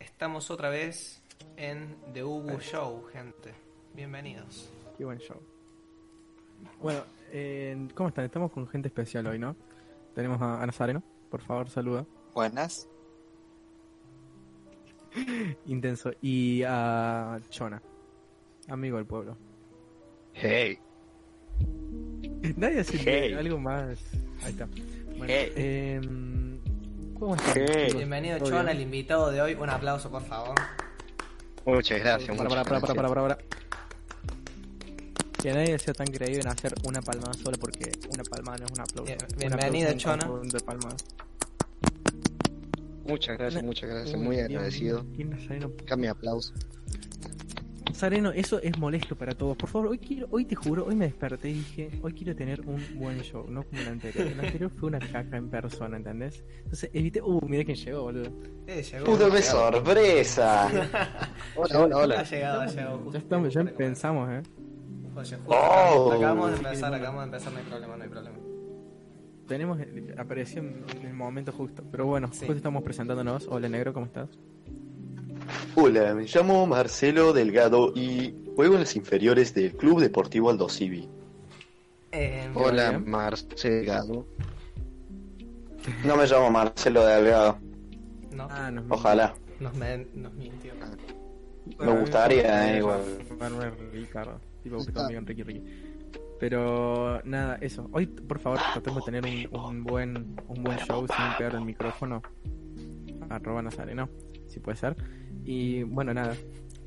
Estamos otra vez en The Ubu Show, gente. Bienvenidos. Qué buen show. Bueno, eh, ¿cómo están? Estamos con gente especial hoy, ¿no? Tenemos a, a Nazareno, por favor, saluda. Buenas. Intenso. Y a Chona, amigo del pueblo. Hey. Nadie hace Hey. algo más. Ahí está. Bueno, Hey. em, ¿Cómo están? Hey. chicos? Bienvenido, ¿Todo Chona, el bien? invitado de hoy. Un aplauso, por favor. Muchas gracias. Para, para, muchas para, para, gracias. para, para. Que nadie sea tan creído en hacer una palmada sola porque una palmada no es un aplauso. Bien- Un bienvenido, aplauso es un Chona. conjunto de palmadas. Muchas gracias, muchas gracias. Muy Uy, Dios agradecido. mío, qué nazareno Acá mi aplauso. Sareno, eso es molesto para todos. Por favor, hoy quiero, hoy te juro, hoy me desperté y dije, hoy quiero tener un buen show, no como el anterior. El anterior fue una caca en persona, ¿entendés? Entonces evité, uh, mira quién llegó, boludo. Eh, llegó. Puto qué sorpresa. Hola, hola, Ha hola. llegado, ha llegado. justo. Ya estamos, ya pensamos, eh. Oye, justo Oh. Acabamos de empezar, acabamos de empezar. No hay problema, no hay problema. Tenemos, eh, apareció en en el momento justo. Pero bueno, Sí. justo estamos presentándonos. Hola negro, ¿cómo estás? Hola, me llamo Marcelo Delgado y juego en las inferiores del Club Deportivo Aldosivi. Eh, Hola, bien. Marcegado. No me llamo Marcelo Delgado, no, nos ojalá. nos, me- nos mintió. Me gustaría, eh, igual. Llamarme Ricardo, tipo que todo bien, Ricky Ricky. Pero nada, eso. Hoy, por favor, tratemos de tener un, un buen un buen show sin pegar el micrófono. Arroba Nazareno, si puede ser. Y bueno, nada,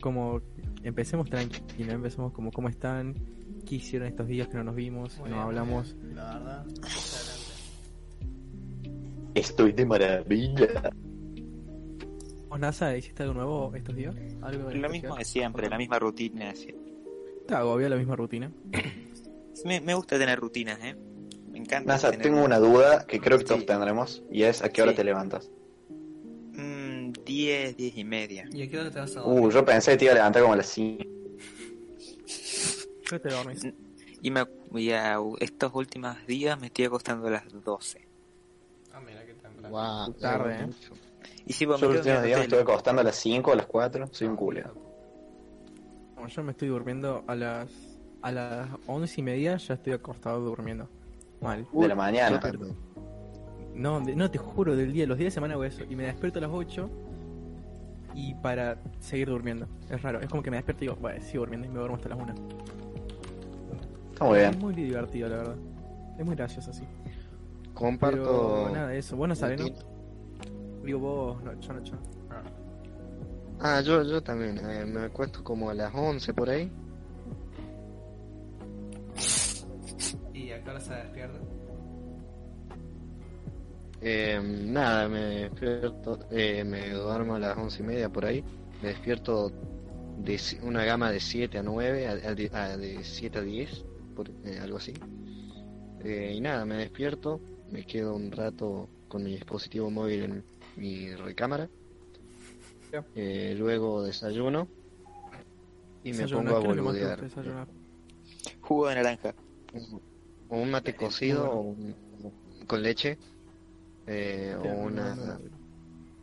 como empecemos tranqui, ¿no? empecemos como cómo están, qué hicieron estos días que no nos vimos, Muy no bien, hablamos. muy bien. La verdad. excelente. Estoy de maravilla. ¿Vos, Nasa, hiciste algo nuevo estos días? ¿Algo en Lo especial? mismo de siempre, la misma rutina. sí. ¿Te agobia la misma rutina? Me, me gusta tener rutinas, ¿eh? Me encanta. Nasa, tener- tengo una duda que creo que todos Sí. tendremos y es ¿a qué hora Sí. te levantas? Mm, 10, 10 y media. ¿Y a qué hora te vas a dormir? Uh, yo pensé que te iba a levantar como a las 5. Yo te dormí. Y me, y a- estos últimos días me estoy acostando a las 12. Ah, mira qué temprano. Wow. Tarde, eh. Y si vos Yo me los quedo últimos días me mirando estuve tele. acostando a las 5, a las 4. Soy un culo. Como yo me estoy durmiendo a las a las once y media ya estoy acostado durmiendo. Mal. De la mañana. No, de- no te juro, del día, los días de semana hago eso. Y me despierto a las 8 y para seguir durmiendo. Es raro. Es como que me despierto y digo, bueno, sigo durmiendo y me duermo hasta las 1. Está muy Es bien. muy divertido, la verdad. Es muy gracioso así. Comparto. Pero nada, eso. Bueno, ¿sabes? rutina. Digo vos, no, yo no, yo. no. Ah, Ah, yo, yo también. eh, me acuesto como a las 11 por ahí. ¿Y a qué hora se despierta? Eh, nada, me despierto. eh, me duermo a las 11 y media por ahí. Me despierto de si- una gama de 7 a 9, a, a de- a de 7 a 10, por- eh, algo así. Eh, y nada, me despierto. Me quedo un rato con mi dispositivo móvil en mi recámara. Ya. Eh, luego desayuno. Y me Desayunar, pongo a ¿qué es lo que más te boludear. gusta desayunar? Jugo de naranja. un- o un Eh, mate cocido o un- con leche eh, o una,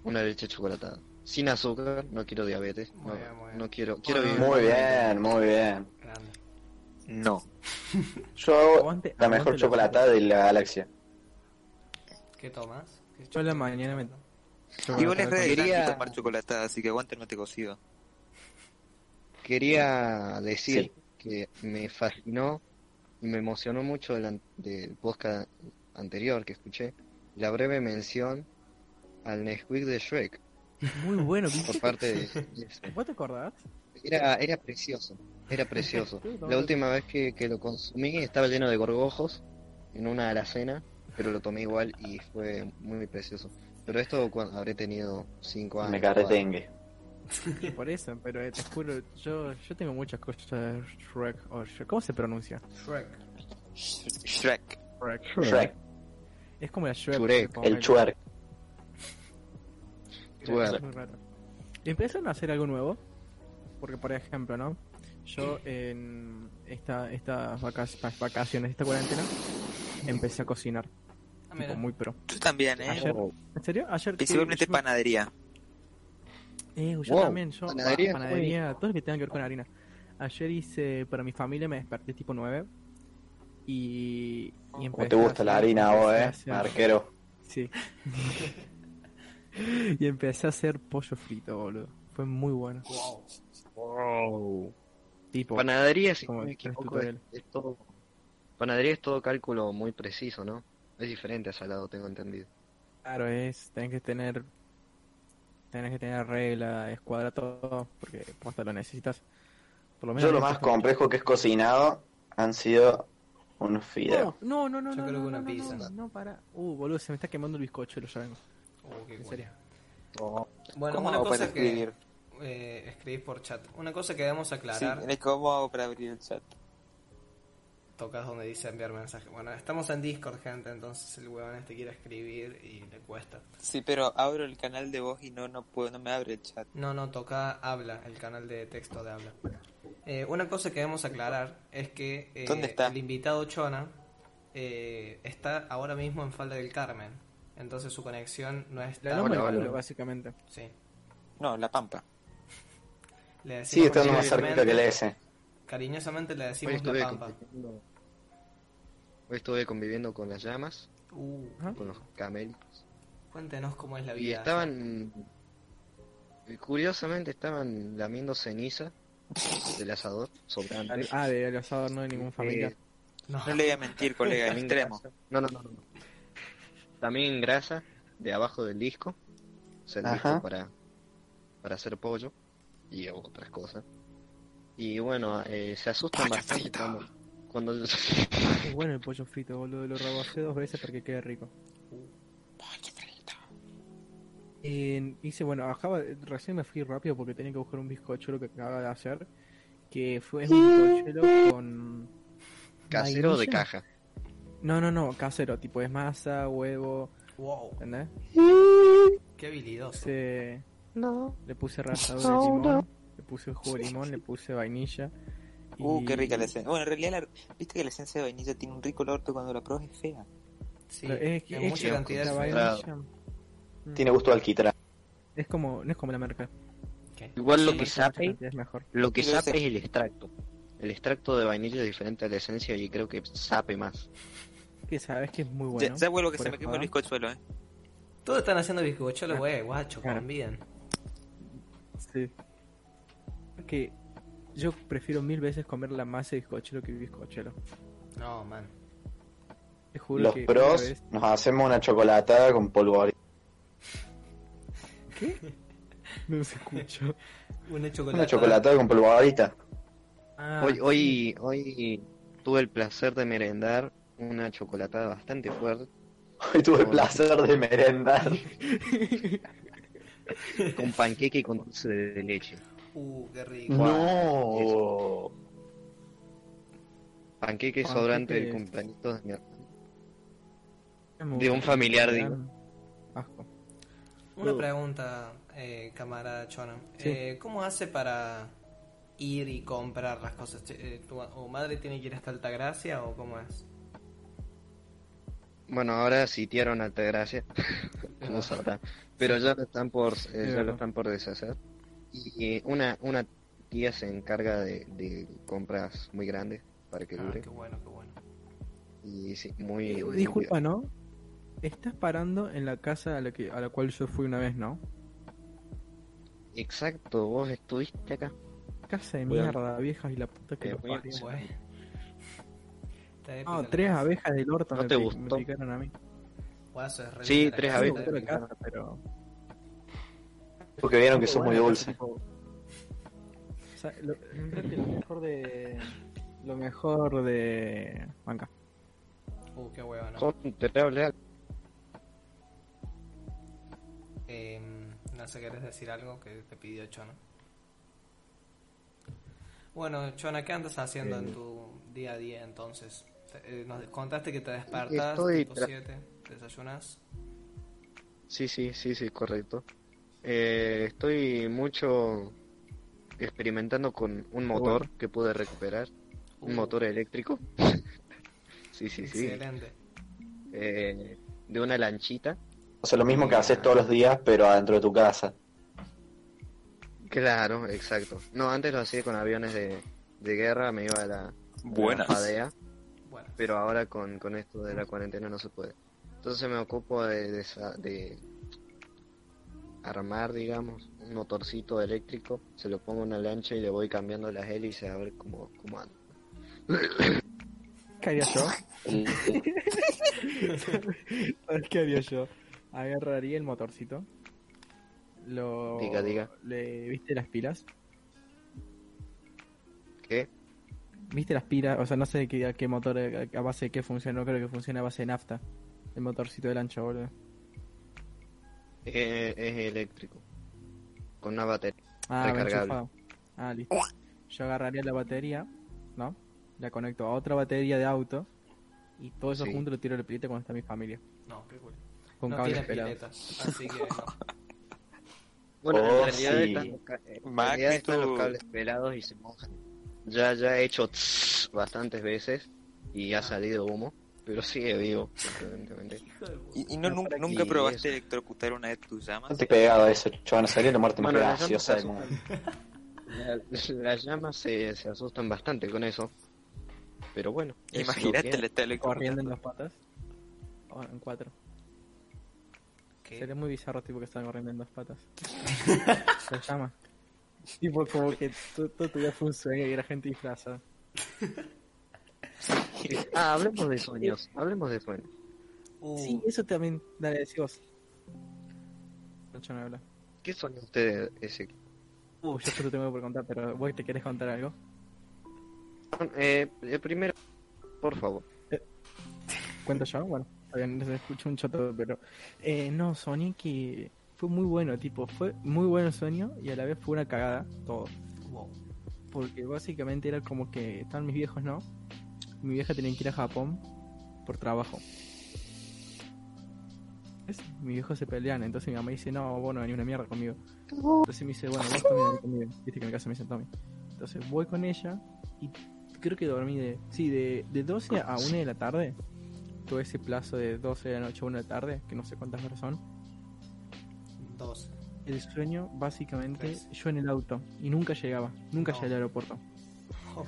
una leche chocolatada sin azúcar no quiero diabetes Muy no, bien, muy bien. no quiero quiero Muy vivir Muy bien, muy bien. Grande. No. Yo hago Aguante- la aguante mejor chocolatada de la galaxia. ¿Qué tomas? ¿Qué Yo a la mañana me- Yo Igual me- es re Quería- grande tomar chocolatada, así que aguanta el mate cocido. quería decir Sí. que me fascinó y me emocionó mucho el an- del podcast anterior que escuché la breve mención al Nesquik de Shrek Muy bueno, por ¿viste? parte de de- ¿Vos te acordás? Era, era precioso, era precioso. Sí, no, La no. última vez que, que lo consumí estaba lleno de gorgojos en una alacena, pero lo tomé igual y fue muy precioso. Pero esto cuando habré tenido 5 años. Me carretengue. Y Por eso, pero eh, te juro, yo, yo tengo muchas cosas de Shrek o Shrek- ¿Cómo se pronuncia? Shrek. Ah, Sh- Shrek. Shrek. Shrek, Es como la Shrek. Shrek, supongo, el chuerk. Es muy raro. Empezaron a hacer algo nuevo, porque por ejemplo, ¿no? Yo en esta, estas vacac- estas vacaciones, esta cuarentena, empecé a cocinar. Ah, tipo, mira. muy pro. Tú también, ¿eh? Ayer- ¿En serio? Ayer... tuve- Principalmente yo me- panadería. Eh, yo Wow, también, yo panadería, panadería, panadería todo lo que tenga que ver con harina. Ayer hice, para mi familia me desperté tipo 9 y, y Como empecé te a gusta la hacer- harina vos, empecé a eh, hacer- arquero. Sí. y empecé a hacer pollo frito, boludo. Fue muy bueno. Wow. Tipo, Panadería, si no como este me tres equivoco, es, tutoriales. es todo. Panadería es todo cálculo muy preciso, ¿no? Es diferente a salado, tengo entendido. claro, es, tenés que tener tenés que tener regla, escuadra todo, porque posta lo necesitas. Por lo menos Yo lo en más esta- complejo que es cocinado han sido unos fideos. No, no, no, no, Yo no, creo no, que una no, no, pizza. no, no, para. Uh, boludo, se me está quemando el bizcochuelo, ya vengo. Oh, qué En serio. Oh. Bueno, ¿Cómo una hago para cosa escribir? que eh, escribí por chat. Una cosa que debemos aclarar, Sí, ¿cómo hago para abrir el chat? tocas donde dice enviar mensaje. Bueno, estamos en Discord, gente, entonces el huevón este quiere escribir y le cuesta. Sí, pero abro el canal de voz y no, no puedo, no me abre el chat. No, no, toca habla, el canal de texto de habla. Eh, una cosa que debemos aclarar es que eh, ¿Dónde está? el invitado Chona eh, está ahora mismo en Falda del Carmen, entonces su conexión no La está... loma Ah, bueno, del bueno. culo, básicamente. Sí. No, la pampa. Le decimos Sí, estando más cariñosamente- cerquita que el S. Cariñosamente le Hoy decimos estuve, la pampa. conviviendo- hoy estuve conviviendo con las llamas, Uh, Ajá. con los camelos. cuéntenos cómo es la vida. Y estaban. Curiosamente estaban lamiendo ceniza del asador sobrante. Al- ah, de al asado no hay ningún familiar. Eh, No, No le voy a mentir, colega, también extremo. grasa. No, no, no, no. También grasa de abajo del disco. O sea, el Ajá. disco para, para hacer pollo y otras cosas. Y bueno, eh, se asustan Pollo bastante frito. cuando. cuando- Es bueno el pollo frito, boludo. Lo rebocé dos veces para que quede rico. Eh, hice, bueno, acaba, recién me fui rápido porque tenía que buscar un bizcochuelo que acaba de hacer. Que fue es un bizcochuelo con. casero de vainilla. caja. No, no, no, casero. Tipo, es masa, huevo. wow, ¿Entendés? qué habilidoso. Se- No. le puse ralladura No, de limón. no. Le puse jugo de limón, le puse vainilla. Uh, y- qué rica la esencia. Bueno, en realidad, la- viste que la esencia de vainilla tiene un rico olor, pero cuando la probas es fea. Sí, Pero es que- en es mucha que cantidad la de concentrado. vainilla- Mm. Tiene gusto a alquitrán. Es como, no es como la marca. Igual lo Sí, que sí, sabe Es mejor. Lo que Pero sape ese- es el extracto. El extracto de vainilla es diferente a la esencia y creo que sape más. Que sabes que es muy Ya- bueno. ya, vuelvo que por se me eso, quemó el ¿no? bizcochuelo, eh. Todos están haciendo bizcochuelo, Ah, wey, guacho, claro. conviden. Sí. Que yo prefiero mil veces comer la masa de bizcochuelo que el bizcochuelo. No, man. Te juro Los que una pros, vez- nos hacemos una chocolatada con polvorín. No se escucha. Una chocolatada. Una chocolatada con polvorita. Ah, hoy, hoy, hoy tuve el placer de merendar una chocolatada bastante fuerte Hoy tuve el placer de merendar. con panqueque y con dulce de leche. Uh, qué rico. No. Panqueque Panqueque sobrante del de- cumpleaños de mi hermano. me gusta de un familiar, digo. ah, Asco. Una Uh. pregunta, eh, camarada Chona. Sí. Eh, ¿Cómo hace para ir y comprar las cosas? Eh, ¿Tu o madre tiene que ir hasta Altagracia o cómo es? Bueno, ahora sitiaron Altagracia, como sabrán. Pero ya lo están por, eh, ya verdad. lo están por deshacer. Y eh, una, una tía se encarga de, de compras muy grandes para que Ah, dure. qué bueno, qué bueno. Y sí, muy. muy Eh, Disculpa, ¿no? Estás parando en la casa a la, que, a la cual yo fui una vez, ¿no? bien. Exacto, vos estuviste acá. Casa de Voy a- mierda, viejas y la puta que Eh, los voy a- parió. Güey. Está épica No, la Ah, tres cosa. abejas del orto ¿No me, te pi- gustó? me picaron a mí. Guau, eso es re Sí, linda la tres casa, Me abejas. está gustó la épica. casa, pero... Porque vieron que sos muy Bueno, dulce. tipo, o sea, lo- creo que lo mejor de... Lo mejor de... Banca. Uh, qué huevo, ¿no? Son terribles. Eh, no sé, ¿querés decir algo que te pidió Chona? Bueno, Chona, ¿qué andas haciendo en Eh. tu día a día entonces? Te- eh, nos contaste que te despertas Estoy tipo tra- 7, desayunas. Sí, sí, sí, sí, correcto. Eh, estoy mucho experimentando con un motor que pude recuperar, un Uh, motor eléctrico. sí, sí, sí. Excelente. Eh, de una lanchita. O sea, lo mismo que haces todos los días, pero adentro de tu casa. Claro, exacto. No, antes lo hacía con aviones de, de guerra, me iba a la, a la Buenas. FADEA, Bueno, pero ahora con, con esto de la cuarentena no se puede. Entonces me ocupo de, de sa- de armar, digamos, un motorcito eléctrico, se lo pongo en una lancha y le voy cambiando las hélices a ver cómo, cómo anda. ¿Qué haría yo? ¿Sabes qué haría yo? Agarraría el motorcito. Lo. Diga, diga. Le, ¿Viste las pilas? ¿Qué? ¿Viste las pilas? O sea, no sé de qué, a qué motor, a a base de qué funciona. No creo que funcione a base de nafta. El motorcito de lancha, boludo. Eh, es eléctrico. Con una batería. Ah, va Recargable. enchufado. Ah, listo. Yo agarraría la batería, ¿no? La conecto a otra batería de auto. Y todo eso Sí. junto lo tiro al pilete cuando está mi familia. no, qué cool. Con no cables tienes pelados. pileta, así que no. Bueno, Oh, en realidad, sí. están, los ca- eh, en Magnitud. realidad están los cables pelados y se mojan. Ya, ya he hecho tss bastantes veces y ha salido humo, pero sigue vivo, sorprendentemente. ¿Y, y no, No, nun- para nunca que- probaste electrocutar una de tus llamas? Bastante pegado a eso, chavana, sería la muerte más Bueno, las llamas, graciosa se del mundo. asustan. La- las llamas se, se asustan bastante con eso, pero bueno. es lo Imagínate, que le está Corriendo en electrocutando. dos patas. O Oh, en cuatro. ¿Qué? Sería muy bizarro, tipo, que están corriendo en dos patas. Se llama. Tipo, como que todo todo tu vida fue un sueño y era gente disfrazada. es. Ah, hablemos de sueños, hablemos de sueños. Uh, Sí, eso también. Dale, decí vos. Nacho no habla. ¿Qué sueño usted ese? Uh, yo solo tengo por contar, pero vos te querés contar algo. Eh, el primero, por favor. ¿Cuento yo? Bueno, todavía no se escuchó un choto, pero... Eh, no, soñé que fue muy bueno, tipo, fue muy bueno el sueño y a la vez fue una cagada, todo. wow. Porque básicamente era como que estaban mis viejos, ¿no? Mi vieja tenía que ir a Japón por trabajo. ¿Ves? Mis viejos se pelean, entonces mi mamá dice, no, vos no venís una mierda conmigo. Entonces me dice, bueno, vos Tommy venís conmigo. Viste que en mi casa me dicen Tommy. Entonces voy con ella y creo que dormí de... Sí, de, de 12 a 1 de la tarde. Todo ese plazo de 12 de la noche a 1 de la tarde, que no sé cuántas horas son. Dos. El sueño, básicamente, Tres. yo en el auto. Y nunca llegaba, nunca No. llegué al aeropuerto.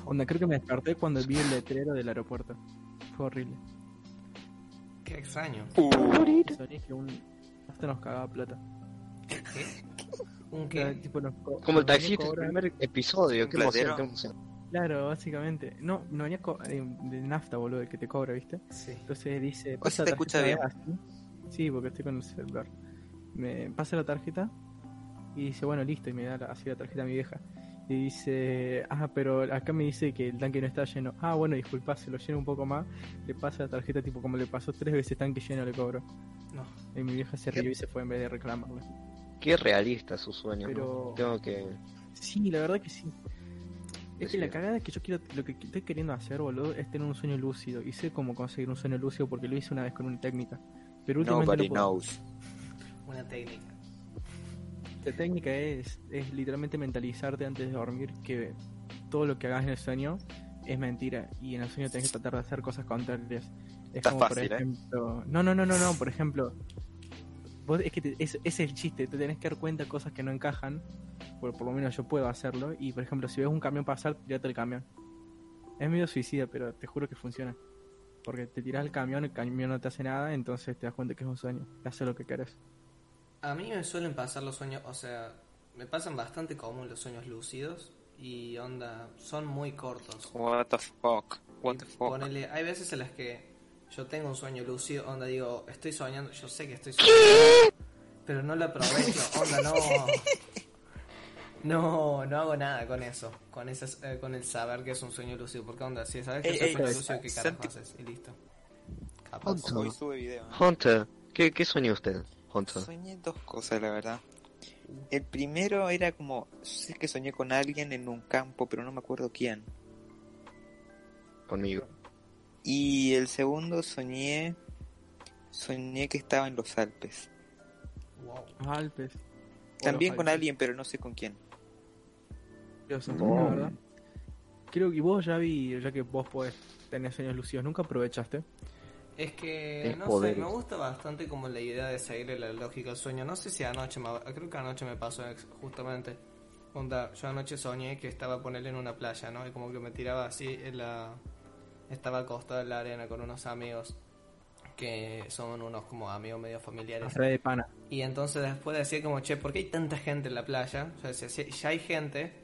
Onda, creo que me desperté cuando vi el letrero del aeropuerto. Fue horrible. Qué extraño. Uh, Soñé que un. Hasta nos cagaba plata. ¿Qué? ¿Un Claro, qué? tipo, nos co- Como nos venía el taxista, el cobrar- primer episodio, qué emoción, Platero. qué emoción. Claro, básicamente. No, no venía co- eh, de nafta, boludo, el que te cobra, ¿viste? Sí. Entonces dice. Hoy se te escucha tarjeta", Sí, porque estoy con el celular. Me pasa la tarjeta y dice, bueno, listo. Y me da la- así la tarjeta a mi vieja. Y dice, ah, pero acá me dice que el tanque no está lleno. Ah, bueno, disculpa, se lo llena un poco más. Le pasa la tarjeta, tipo, como le pasó tres veces tanque lleno, le cobro. No. Y mi vieja se ¿Qué? rió y se fue en vez de reclamarle. Qué realista su sueño, Pero- ¿no? Tengo que... Sí, la verdad que sí. Es que Sí. la cagada que yo quiero, lo que estoy queriendo hacer, boludo, es tener un sueño lúcido. Y sé cómo conseguir un sueño lúcido porque lo hice una vez con una técnica. Pero últimamente Nobody no puedo. knows. Una técnica. La técnica es, es literalmente mentalizarte antes de dormir que todo lo que hagas en el sueño es mentira. Y en el sueño tenés que tratar de hacer cosas contrarias. Es Está como, fácil, ¿eh? por ejemplo. No, no, no, no, no. Por ejemplo, vos- es que te- es, ese es el chiste. Te tenés que dar cuenta de cosas que no encajan. Por, por lo menos yo puedo hacerlo. Y por ejemplo, si ves un camión pasar, tirate el camión. Es medio suicida, pero te juro que funciona. Porque te tiras al camión, el camión no te hace nada, entonces te das cuenta que es un sueño. Te hace lo que querés. A mí me suelen pasar los sueños, o sea, me pasan bastante común los sueños lúcidos y onda, son muy cortos. What the fuck. What the fuck. Ponele, hay veces en las que yo tengo un sueño lúcido, onda digo, estoy soñando, yo sé que estoy soñando, pero no lo aprovecho, onda no. No, no hago nada con eso, con esas, eh, con el saber que es un sueño lúcido, porque onda, si sabes que Ey, es un ey, sueño ey, lúcido, ¿qué carajo Santi- haces? Y listo. Capaz. Otro. Hoy sube video. ¿eh? Hunter, ¿qué, qué sueña usted, Hunter? Soñé dos cosas, la verdad. El primero era como, sé que soñé con alguien en un campo, pero no me acuerdo quién. Conmigo. Y el segundo soñé, soñé que estaba en los Alpes. Wow. Alpes. También con Alpes. alguien, pero no sé con quién. Yo soy, No. la verdad. Creo que vos ya vi, ya que vos podés tener sueños lucidos, nunca aprovechaste. Es que, Es no poder. sé, me gusta bastante como la idea de seguir la lógica del sueño. No sé si anoche, me- creo que anoche me pasó ex- justamente Onda, yo anoche soñé que estaba ponerle en una playa, ¿no? Y como que me tiraba así en la... Estaba acostado en la arena con unos amigos que son unos como amigos medio familiares. Re de pana. Y entonces después decía como, che, ¿por qué hay tanta gente en la playa? Yo decía, si ya hay gente,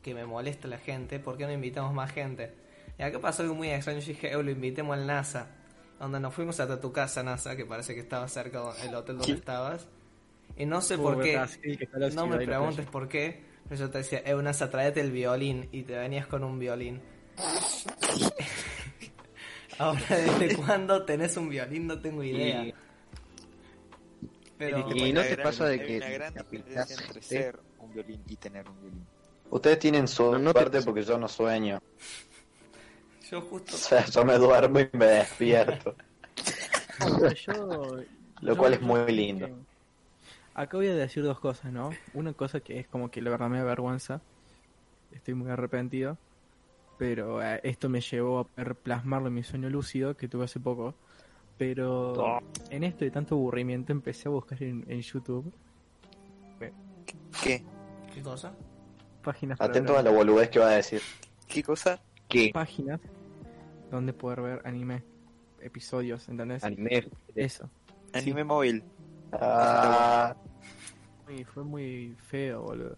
que me molesta la gente, ¿por qué no invitamos más gente? Y acá pasó algo muy extraño, yo dije, "Eh, lo invitemos al NASA. Donde nos fuimos hasta tu casa, NASA, que parece que estaba cerca del hotel donde estabas. Y no sé Uh, por qué, verdad, sí, que está la no me ciudad y la preguntes playa. por qué, pero yo te decía, eh, NASA, tráete el violín. Y te venías con un violín. Ahora, ¿desde cuándo tenés un violín? No tengo idea. Y- Pero... Y- no te pasa de que Hay una gran te diferencia aplicas, entre ¿sí? ser un violín y tener un violín. Ustedes tienen su No, no te parte pasa. porque yo no sueño. Yo O justo sea, yo me duermo y me despierto. Yo- Lo yo- cual es muy yo- lindo. Acá voy a decir dos cosas, ¿no? Una cosa que es como que la verdad me da vergüenza. Estoy muy arrepentido. Pero eh, esto me llevó a poder plasmarlo en mi sueño lúcido que tuve hace poco. Pero en esto de tanto aburrimiento empecé a buscar en, en YouTube ¿Qué? ¿Qué cosa? páginas para Atento a ver- la boludez que va a decir. ¿Qué cosa? ¿Qué? páginas donde poder ver anime, episodios, ¿entendés? Anime. Eso. Anime móvil. Ah, Y fue muy feo, boludo.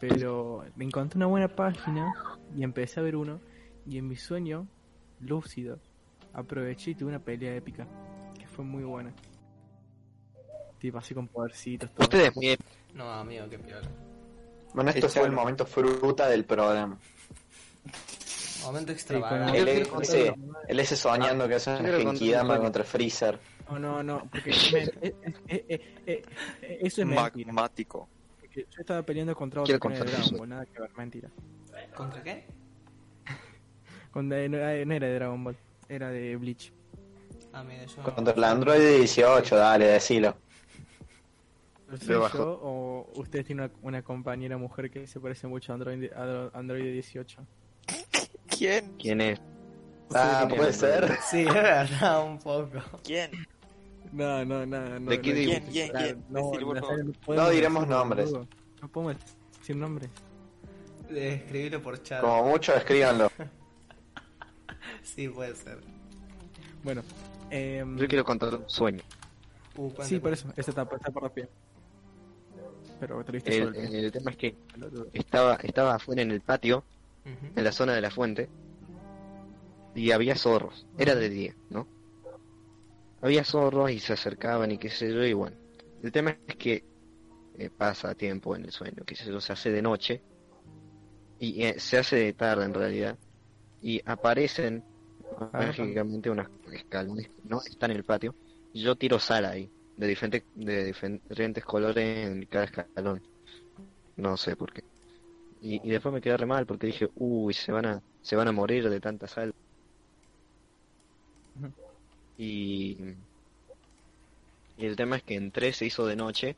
Pero me encontré una buena página y empecé a ver uno. Y en mi sueño, lúcido, aproveché y tuve una pelea épica. Que fue muy buena. Tipo así con podercitos, todo. Ustedes muy No, amigo, qué piola. bueno, esto fue el momento fruta del programa. Momento Sí, con- extravagante. Yo El, quiero contar ese, una- el ese soñando que hace un Ah, quiero contar Genkidama una- contra Freezer. No, no, no, porque eh, eh, eh, eh, eh, eh, eso es mentira. Magmático. Porque yo estaba peleando contra otro Quiero con el contar Dragon eso. Ball, nada que ver, mentira. ¿Contra qué? Con- eh, no, eh, no era de Dragon Ball, era de Bleach. Ah, mira, yo... Contra el Android 18, dale, decilo. Pero soy Lo bajó. yo o ustedes tienen una, una compañera mujer que se parece mucho a Android, a Android 18? ¿Quién? ¿Quién es? Ah, Sí, puede sí. ser. Sí, es verdad, un poco. ¿Quién? No, no, no. no ¿De qué no, dibujo? no, ¿Quién, quién, quién? No, Decir, por no, favor. no podemos diremos decir nombres. boludo. No podemos decir nombres. Eh, Escribilo por chat. Como mucho, escríbanlo. Sí, puede ser. Bueno. em, Yo quiero contar un sueño. Uh, cuente, sí, por cuente. eso. Esta etapa está por rápido. Pero te lo viste El, eh, solo. el tema es que boludo. estaba, estaba afuera en el patio, Ujú. en la zona de la fuente, y había zorros. Era de día, ¿no? Había zorros y se acercaban y qué sé yo, y bueno. El tema es que eh, pasa tiempo en el sueño, qué sé yo, se hace de noche, y eh, se hace de tarde en realidad, y aparecen mágicamente unas escalones, ¿no? Están en el patio, y yo tiro sal ahí, de diferentes, de diferentes colores en cada escalón. No sé por qué. Y, y después me quedé re mal porque dije, uy, se van a, se van a morir de tanta sal. Ujú. Y, y el tema es que entré, se hizo de noche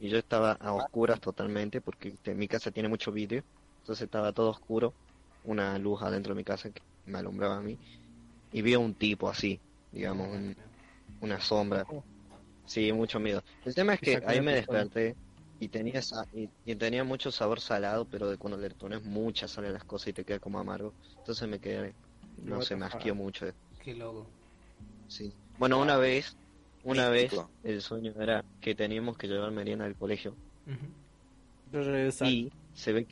y yo estaba a oscuras totalmente porque este, mi casa tiene mucho vidrio, entonces estaba todo oscuro, una luz adentro de mi casa que me alumbraba a mí y vi a un tipo así, digamos, un- una sombra. Oh. Sí, mucho miedo. El tema es Te que sacó ahí la me pistola. desperté y tenía, sa- y, y tenía mucho sabor salado, pero de cuando le pones mucha sal a las cosas y te queda como amargo. Entonces me quedé, no What sé, the me fuck. asqueó mucho. Qué loco. Sí. Bueno, una vez, una vez, Místico. el sueño era que teníamos que llevar merienda al colegio Ujú. Yo regreso a- y se ve,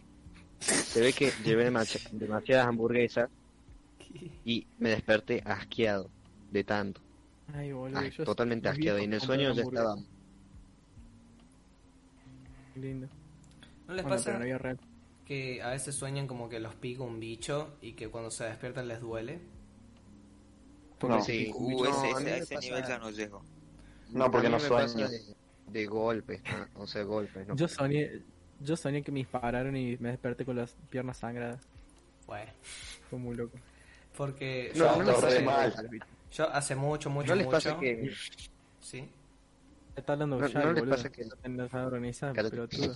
se ve que llevé demasi- demasiadas hamburguesas ¿Qué? y me desperté asqueado de tanto. Ay, boludo. as- yo- Ah, totalmente viví asqueado. por Y en el comprar sueño ya hamburguesas. estaba Lindo. ¿No les Bueno, pasa pero no había real. que a veces sueñan como que los pica un bicho y que cuando se despiertan les duele? No, Sí. Uh, No, ese, a ese- mí me a ese pasa- nivel ya no llego. No, porque A mí no me pasa sueño. De, de golpes, ¿no? o sea, golpes. ¿no? Yo soñé, yo soñé que me dispararon y me desperté con las piernas sangradas. Bueno, Fue muy loco. porque No, yo, no me Yo pasa re que- mal. yo hace mucho, mucho, ¿No les mucho. pasa que Sí. Está hablando No- ya, no les boludo. pasa que- En las abronizadas, Cállate. pelotudo.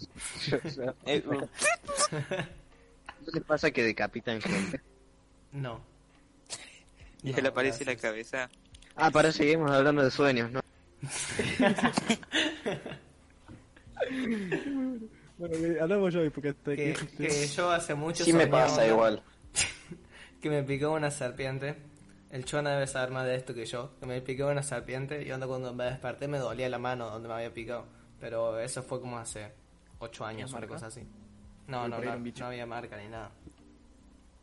Eh, uh, no les pasa que decapitan gente? No. y No, se le aparece la gracias. cabeza. Ah, para seguimos hablando de sueños, ¿no? Bueno, que- hablamos yo hoy porque hasta que, que- que yo hace mucho Sí me soñaba pasa una- igual. que me picó una serpiente. El chona debe saber más de esto que yo. Que me picó una serpiente y onda cuando me desperté me dolía la mano donde me había picado. Pero eso fue como hace 8 años o una marca? cosa así. No, Pero no, por ahí no, era un bicho. no había marca ni nada.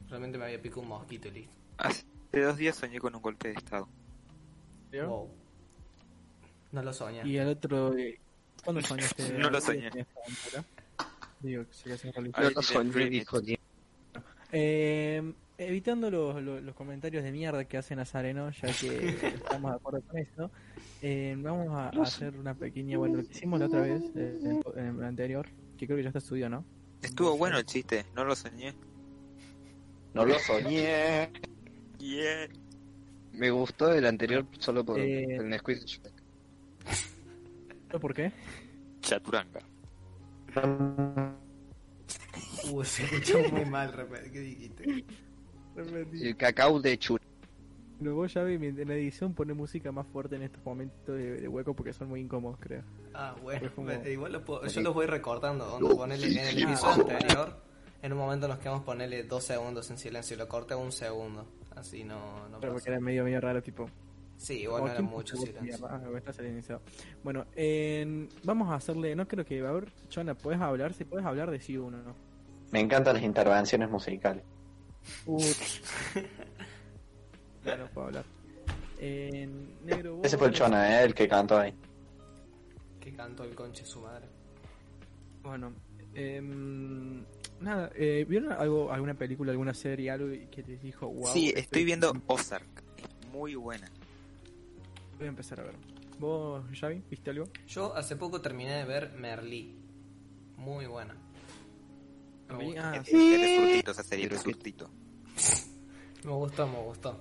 Realmente me había picado un mosquito y listo. Hace dos días soñé con un golpe de estado. Wow. No lo soñé. Y el otro. eh, ¿Cuándo soñaste? No lo soñé. Digo, que se hace religioso. Ay, Yo no soñé, Reddit. hijo de- Eh, evitando los, los, los comentarios de mierda que hace Nazareno, ya que estamos de acuerdo con eso, eh, vamos a, a hacer una pequeña. Bueno, lo que hicimos la otra vez, eh, en, en el anterior, que creo que ya está subido, ¿no? Estuvo bueno el chiste, no lo soñé. No lo soñé. Yeah. Me gustó el anterior solo por Eh. el Nesquik. ¿No ¿Por qué? Chaturanga. Uh, se escuchó muy mal, repente. ¿Qué dijiste? El cacao de chur. Lo vos ya vi, en la edición pone música más fuerte en estos momentos de, de hueco porque son muy incómodos, creo. Ah, bueno. Fue como- Igual lo puedo- yo los voy recortando. Onda, ponele, en el episodio anterior, en un momento nos quedamos ponerle dos segundos en silencio. Lo corté a un segundo. Así no, no Pero pasa. porque era medio, medio raro, tipo. Sí, igual no Oh, era ¿quién mucho puso silencio. mierda? Ah, está silenciado. Bueno, en- vamos a hacerle. No creo que. A ver, Chona, ¿puedes hablar? Si puedes hablar, decí uno, ¿no? Me encantan las intervenciones musicales. Ya no puedo hablar. En negro. vos- Ese fue el Chona, ¿eh? el que cantó ahí. Que cantó el conche su madre. Bueno, em, nada, eh, ¿vieron algo, alguna película, alguna serie, algo que les dijo, wow? sí, estoy viendo Ozark. Es muy buena. Voy a empezar a ver. ¿Vos, Javi, viste algo? Yo hace poco terminé de ver Merlí. Muy buena. Me gustó, Ah, Es sí. de resurtito, esa serie resurtito. me gustó. me gustó.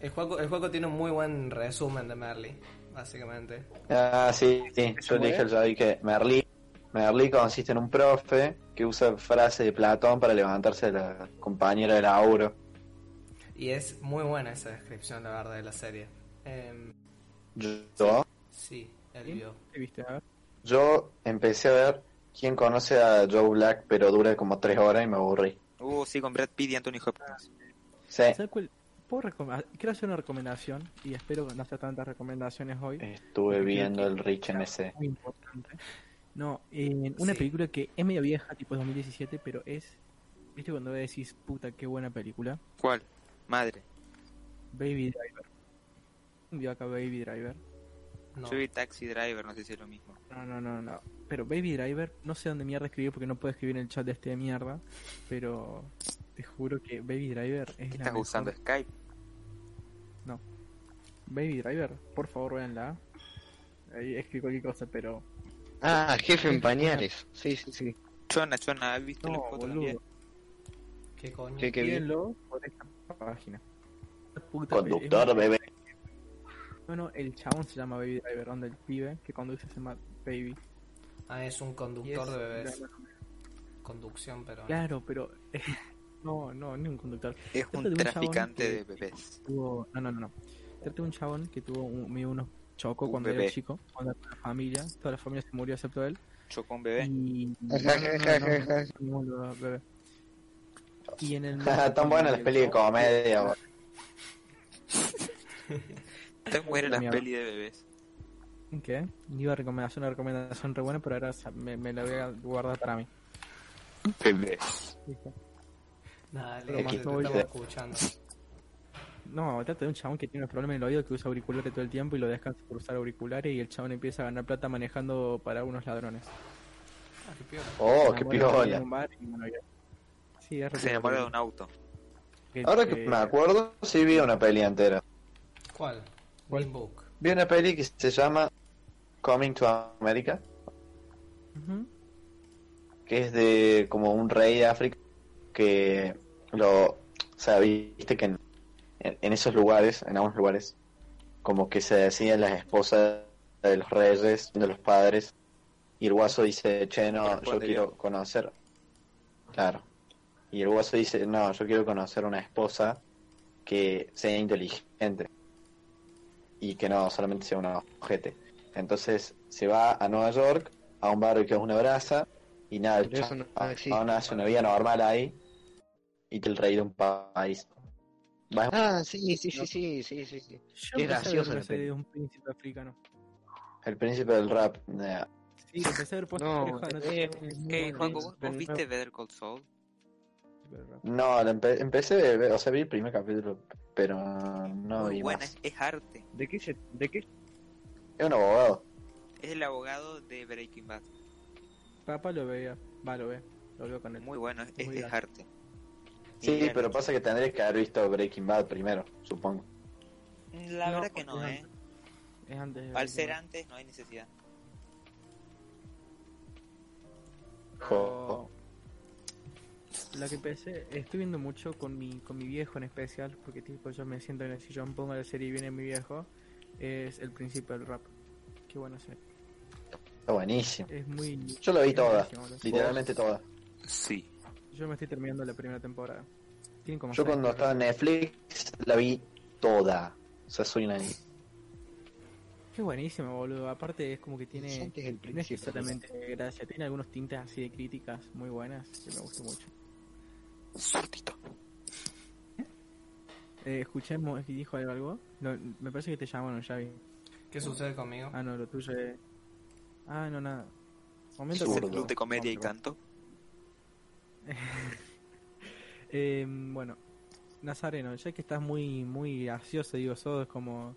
El juego, el juego tiene un muy buen resumen de Merlí, básicamente. Ah, sí, sí. Yo le dije al Javi que Merlí, Merlí consiste en un profe que usa frases de Platón para levantarse de la compañera de Lauro. Y es muy buena esa descripción, la verdad, de la serie. Em, Yo, sí, él ¿Sí? vio. ¿Qué viste? A ver. yo empecé a ver quién conoce a Joe Black, pero dura como tres horas y me aburrí. Uh, sí, con Brad Pitt y Anthony Hopkins. Sí, ¿Sabes cuál? ¿Puedo recomendar? Quiero hacer una recomendación y espero que no haya tantas recomendaciones hoy. Eh. estuve viendo el Rich en ese. muy importante. No, en una Sí. película que es medio vieja, tipo 2017, pero es. ¿Viste cuando decís, puta, qué buena película? ¿Cuál? Madre. Baby Driver. Vio acá Baby Driver. No. Yo vi Taxi Driver, no sé si es lo mismo. No, no, no, no. Pero Baby Driver, no sé dónde mierda escribió porque no puedo escribir en el chat de este de mierda. Pero te juro que Baby Driver es ¿Qué la estás mejor. usando? ¿Skype? Baby Driver, por favor, véanla. Ahí escribí cualquier cosa, pero. Ah, jefe en pañales. Sí, sí, sí. Chona, Chona, ¿has visto No, la foto boludo. también? ¿Qué coño? Sí, qué bien. Mírenlo por esta página. Esta puta Conductor, peli- bebé. Bueno, el chabón se llama Baby Driver, onda el pibe que conduce se llama Baby. Ah, es un Y conductor es- de bebés. Conducción, pero. Claro, pero. no, no, no es un conductor. Es Trata de un un chabón traficante que- de bebés. tuvo- No, no, no, no. Trata de un chabón que tuvo un, medio unos chocos Un cuando bebé. era chico, cuando la familia, toda la familia se murió excepto él. Chocó un bebé. Y. no, no, no, no, no, no, bebé. Y en el. Tan buenas las pelis de comedia. boludo. Tan buenas las Mierda. pelis de bebés. ¿Qué? Iba a recomendar una recomendación re buena, pero ahora sa- me, me la voy a guardar para mí. Listo. Dale, Pero te más te voy- estamos escuchando. No, trata de un chabón que tiene un problema en el oído que usa auriculares todo el tiempo y lo dejan por usar auriculares y el chabón empieza a ganar plata manejando para unos ladrones. Ah, qué piola. Oh, Se enamora qué de alguien en piola. un bar y, bueno, ya. Sí, es re Se enamoró de piola. un auto. Ahora que Eh, me acuerdo, sí vi una peli entera. ¿Cuál? ¿Cuál? Green Book. Vi una peli que se llama Coming to America, ujú. que es de como un rey de África que lo. O sea, viste que en, en- en esos lugares, en algunos lugares, como que se decían las esposas de los reyes, de los padres, y el guaso dice, che, no, yo Responde quiero conocer. Claro. Y el guaso dice, no, yo quiero conocer una esposa que sea inteligente y que no solamente sea una ojete. Entonces se va a Nueva York, a un barrio que es una brasa, Y nada, el Pero eso no- no chabón existe. hace una vida normal ahí y te el rey de un país. Vas- Ah, sí, sí, sí, sí, sí, sí. sí. Yo Es empecé a ver gracioso una la serie peli. de un príncipe africano. El príncipe del rap. eh, nah. Sí, lo empecé a ver puesto No, oreja, no eh, sé. Eh, Juanco, ¿vos, Pero vos viste Better Call Saul? No, la empe- empecé, a ver- o sea, vi el primer capítulo, pero no Muy vi buena, más. es, es arte. ¿De qué se, de qué Es un abogado. Es el abogado de Breaking Bad. Papá lo veía. Va, lo ve. Lo veo con él. Muy bueno, es, Muy es bien. arte. Sí, Bien. pero pasa que tendrías que haber visto Breaking Bad primero, supongo. La No, verdad que no, porque ¿eh? Es antes de Al ser Breaking antes no hay necesidad. Bad. Jo- La que empecé, estoy viendo mucho con mi, con mi viejo en especial, porque tipo yo me siento en el sillón, pongo la serie y viene mi viejo, es El Príncipe del Rap. Qué buena serie. Está buenísimo. Es muy... Yo la vi es toda, buenísima, boludo. literalmente toda. Sí. Yo me estoy terminando la primera temporada. Tienen como Yo seis cuando estaba temporadas. en Netflix la vi toda. O sea, soy una... Qué buenísimo, boludo. Aparte es como que tiene... Antes el No es que príncipe. solamente gracia, tiene algunos tintes así de críticas muy buenas, que me gustó mucho. Eh, escuchemos, ¿dijo algo? algo? No, me parece que te llamaron, Javi. ¿Qué sucede conmigo? Ah, no, lo tuyo es. Ah, no, nada. Es Momento el corto. club de comedia y canto. Eh, bueno, Nazareno, ya que estás muy muy gracioso, digo, sos como.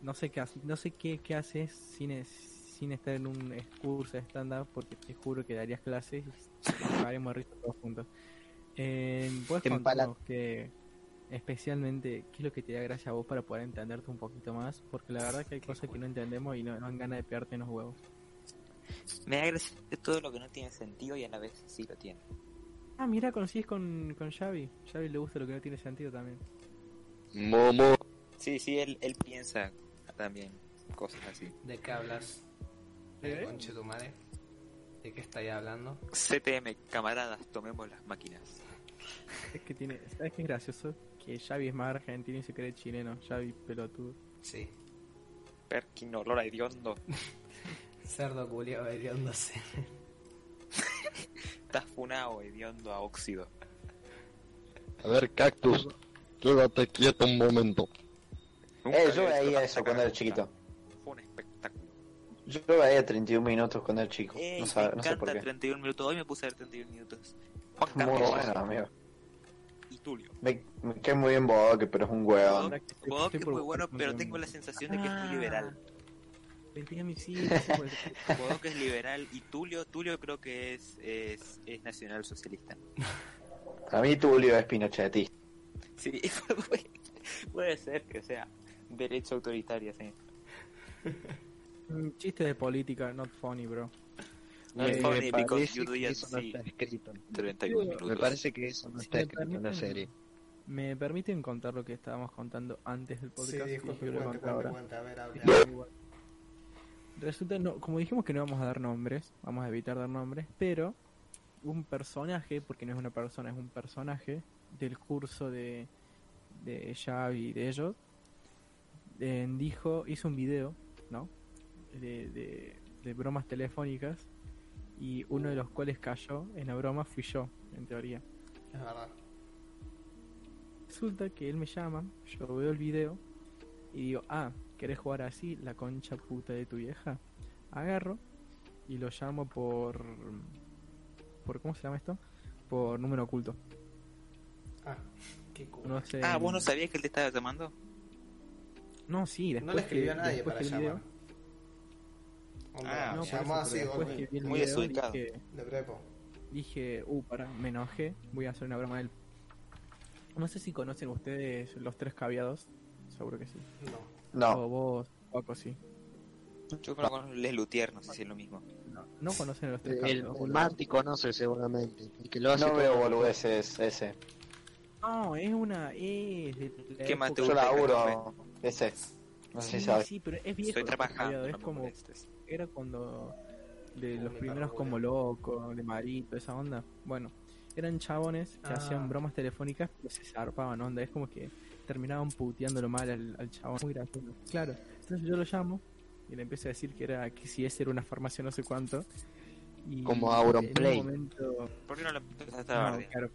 No sé qué, hace- no sé qué, qué haces sin, es- sin estar en un curso de stand-up, porque te juro que darías clases y nos cagaremos de risa todos juntos. Eh, ¿Puedes En pala- contarnos que, especialmente, qué es lo que te da gracia a vos para poder entenderte un poquito más? Porque la verdad que hay cosas que no entendemos y no, no dan ganas de pegarte en los huevos. Me da gracia todo lo que no tiene sentido y a la vez sí lo tiene. Ah, mira, coincidís con, con Xavi. Xavi le gusta lo que no tiene sentido también. Momo. Sí, sí, él, él piensa también cosas así. ¿De qué hablas? ¿Eh? ¿De conche tu madre? ¿De qué estáis hablando? CTM, camaradas, tomemos las máquinas. Es que tiene, ¿sabes qué es gracioso? Que Xavi es más argentino y se cree chileno. Xavi pelotudo. Sí. Perkin, olor a hediondo. Cerdo culiao heriéndose. Estás funado, hediondo a óxido. A ver, cactus. Quédate quieto un momento. Nunca Eh, había yo visto veía tanta eso cuando era caraputa. chiquito. Fue un espectáculo. Yo veía 31 minutos cuando era chico. Ey, No, sabe- Eh, me no sé por encanta qué. 31 minutos. Hoy me puse a ver 31 minutos. Juan Muy Carlos bueno, amigo. y Tulio. Me, me cae muy bien Bodoque, pero es un huevón. Ahora que estoy- Bodoc estoy es por muy bueno, buscar pero un- tengo la sensación de que es Ah. muy liberal. Mentira, mi sí, sí, pues. Bodoc es liberal y Tulio, Tulio creo que es, es, es nacional socialista. Para mí Tulio es pinochetista. Sí, puede ser que sea derecha autoritaria, sí. Mm, Chiste de política, not funny, bro. No Me es funny because Eh, parece you do que it, eso no sí. está escrito. 31 Me minutos. parece que eso no Si está me escrito en la permiten- serie. ¿Me permiten contar lo que estábamos contando antes del podcast? Y yo lo conté ahora. a ver, habla. Resulta, no, como dijimos que no vamos a dar nombres, vamos a evitar dar nombres, pero un personaje, porque no es una persona, es un personaje del curso de, de Xavi y de ellos, eh, dijo, hizo un video, ¿no? De, de- de bromas telefónicas y uno de los cuales cayó en la broma fui yo, en teoría. Es verdad. Resulta que él me llama, yo veo el video y digo, ah, ¿querés jugar así la concha puta de tu vieja? Agarro y lo llamo por... por ¿Cómo se llama esto? Por número oculto. Ah, qué culo. No sé... Ah, ¿vos no sabías que él te estaba llamando? No, sí, después No le escribió que- a nadie después para que el llamar. video- Hombre, Ah, No, o por eso, llamó pero así, después Goldwyn, que vi el Muy video, desubicado. Dije, de prepo. dije, uh, para, me enojé, voy a hacer una broma de él. No sé si conocen ustedes los tres caviados, seguro que sí. No. No, O vos, Paco, sí. Yo creo que Les Lutier, no sé si es lo mismo. No, no conocen a los tres El, caviados. el boludo. Marty conoce seguramente. El que lo hace no veo todo. boludeces ese. No, es una. Es de la ¿Qué más te época- gusta Yo que laburo ese. No sé Sí, si sabes. sí, pero es viejo. Estoy trabajando. cuidado, no Es me como. molestes. Era cuando. De Como los mi primeros carrera. como loco, de marito, esa onda. Bueno, eran chabones que Ah. hacían bromas telefónicas, pero se zarpaban onda. Es como que terminaban puteándolo mal al, al chabón. Muy gracioso. Claro, entonces yo lo llamo y le empiezo a decir que era que si ese era una farmacia, no sé cuánto. Y Como Auron en un Play. momento- ¿Por qué no lo empezaste a No, bardear? claro,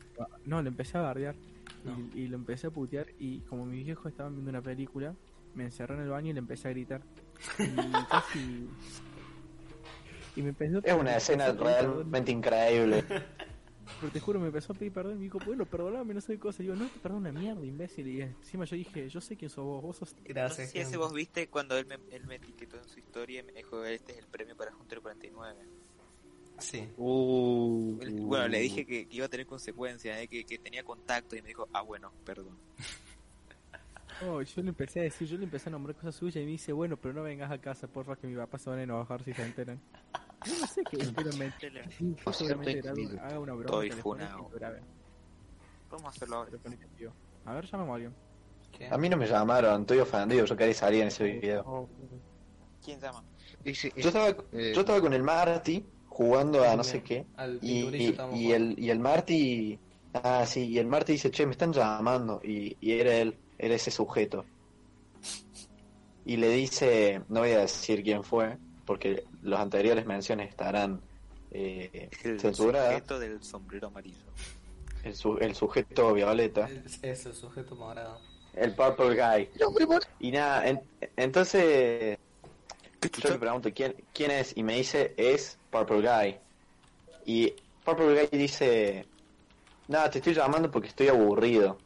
no, lo empecé a bardear y- No. y, lo empecé a putear y como mis viejos estaban viendo una película, me encerré en el baño y le empecé a gritar. Y casi... Y me empezó a Es una me escena empezó a pedir perdón, realmente increíble. Pero te juro, me empezó a pedir perdón y me dijo, bueno, perdóname, no sé qué cosa. Y digo, no, te perdono una mierda, imbécil. Y encima yo dije, yo sé quién sos vos, vos sos... No sé Gracias. si ese gente. vos viste cuando él me, él me etiquetó en su historia y me dijo, este es el premio para Hunter 49. Sí. Uh, Él- Bueno, le dije que, que iba a tener consecuencias, eh, que, que tenía contacto y me dijo, ah, bueno, perdón. Oh, yo le empecé a decir, yo le empecé a nombrar cosas suyas y me dice, bueno, pero no vengas a casa, porfa, que mi papá se van a enojar si se enteran. Yo no sé qué quiero meter. Yo seguramente Estoy grabo- exhibido. haga una broma. Estoy telefónica funado. y grabe, Vamos a hacerlo ahora. pero con este tío. A ver, llamemos a alguien. ¿Qué? Ah, A mí no me llamaron, estoy ofendido, yo quería salir en ese video. Oh, ¿Quién llama? Ese- Yo estaba, eh, yo estaba con el Marty jugando a no sé qué. Al Y, pinturillo y, estábamos y jugando. el, y el Marty... Ah, sí, y el Marty dice, che, me están llamando. Y, y era él, era ese sujeto. Y le dice, no voy a decir quién fue, porque las anteriores menciones estarán eh, El censuradas. sujeto del sombrero amarillo. El, su- el sujeto violeta. Es- Eso, el sujeto morado. El Purple Guy. El hombre mor- Y nada, en- entonces yo le chucha? pregunto ¿quién, quién es y me dice es Purple Guy. Y Purple Guy dice, nada, te estoy llamando porque estoy aburrido.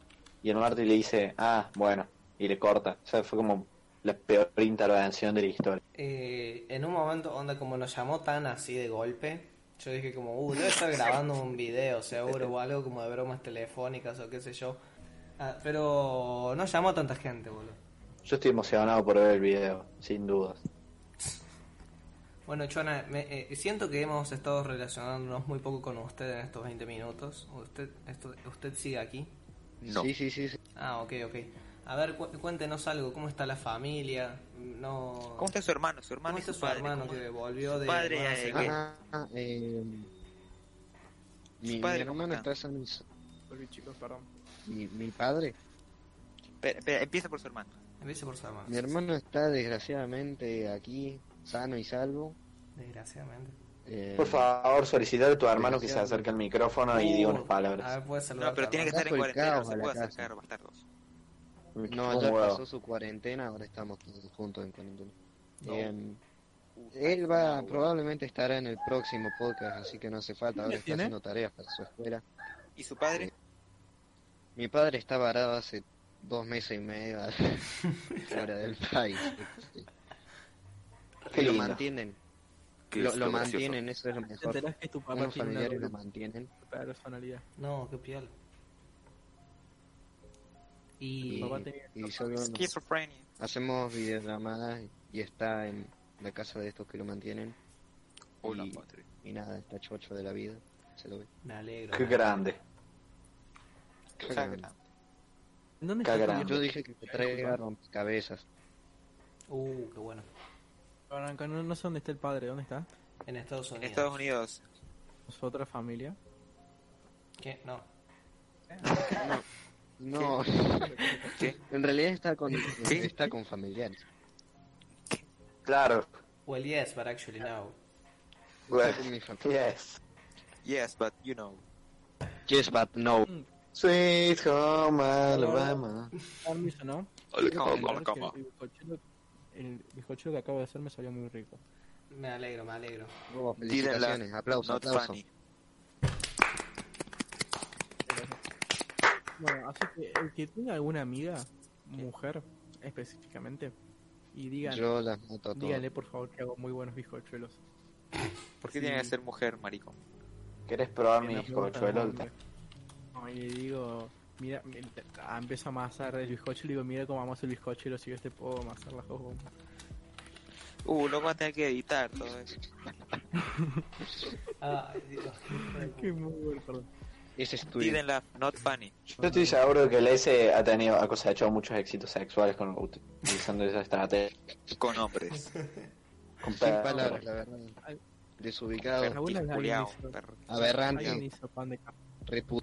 Y el Marty le dice, ah, bueno, y le corta. O sea, fue como la peor intervención de la historia. Eh, en un momento, onda, como nos llamó tan así de golpe, yo dije como, uh, debe estar grabando un video seguro o algo como de bromas telefónicas o qué sé yo. Ah, pero no llamó tanta gente, boludo. Yo estoy emocionado por ver el video, sin dudas. Bueno, Chona, me, eh, siento que hemos estado relacionándonos muy poco con usted en estos 20 minutos. Usted, esto- usted sigue aquí. No. Sí, sí, sí. sí. Ah, ok, ok. A ver, cu- cuéntenos algo. ¿Cómo está la familia? No... ¿Cómo está su hermano? Su hermano ¿Cómo y está su, su padre. hermano ¿Cómo- que volvió su de- padre, bueno, no sé eh, qué? que- Ah, eh, mi, mi padre, hermano ¿cómo está sanizado. volví, chicos, perdón. Mi, mi padre. Espera, espera, empieza por su hermano. Empiece por Samar. Mi hermano está desgraciadamente aquí, sano y salvo. Desgraciadamente. Eh, Por favor, solicitar a tu hermano que se acerque al micrófono y diga Uh, unas Uh. A palabras. ver, puede No, saludar. pero tiene que estar en Bajo el cuarentena, no caos se a la puede casa. acercar, bastardos. No, Un ya huevo. pasó su cuarentena, ahora estamos todos juntos en cuarentena. Em, él va, probablemente estará en el próximo podcast, así que no hace falta, ahora está ¿Tiene? haciendo tareas para su escuela. ¿Y su padre? Eh, Mi padre está varado hace dos meses y medio fuera del país. Qué Y lo lindo. mantienen, lo, lo mantienen, eso es lo Te mejor. enterás que tu papá Unos tiene una familiares lo doble mantienen. personalidad. No, qué piel. Y- Y. Tu papá tenía... Y solo nos- Esquizofrenia. hacemos videollamadas y está en la casa de estos que lo mantienen. Hola, y, padre. y nada, está chocho de la vida. Se lo ve. Me alegro. Qué grande. Cagra. ¿En ¿Dónde Cagarán. está tu Yo viejo? dije que te traiga rompecabezas. Uh, qué bueno. Arranca, No, no sé dónde está el padre, ¿dónde está? En Estados En Unidos. Estados Unidos. ¿Su otra familia? ¿Qué? No. No, ¿Qué? en realidad está con, ¿Qué? está con familiares. Claro. Well, yes, but actually no. Está con mi familia. Yes. Yes, but you know. Yes, but no. Sweet Home Alabama. Permiso, ¿no? Hola, Quiero aclarar que El bizcochuelo, el bizcochuelo que acabo de hacer me salió muy rico. Me alegro, me alegro. Oh, felicitaciones, aplauso, Not aplauso. funny. Bueno, así que el que tenga alguna amiga, mujer específicamente, y digan, Yo las mato a todas. díganle por favor que hago muy buenos bizcochuelos. ¿Por qué tiene que ser mujer, maricón? ¿Querés probar Que mi no me gustan los bizcochuelo? hombres. No, y le digo, mira, mira, ah, empiezo a amasar el bizcochuelo y digo, mira cómo amaso el bizcochuelo, si yo te puedo amasar las dos bombas. Uh, lo va a tener que editar todo eso. Ay, Dios. Qué muy bueno, perdón. Ese es tu Dídenla, not funny. Yo estoy seguro que el S ha tenido, ha cosechado muchos éxitos sexuales con, utilizando esa estrategia. Con hombres. Con Sin pe- palabras, la verdad. Las Desubicado, abuelas de alguien Culeado, hizo- perro. alguien aberrante, hizo pan de capa. repu...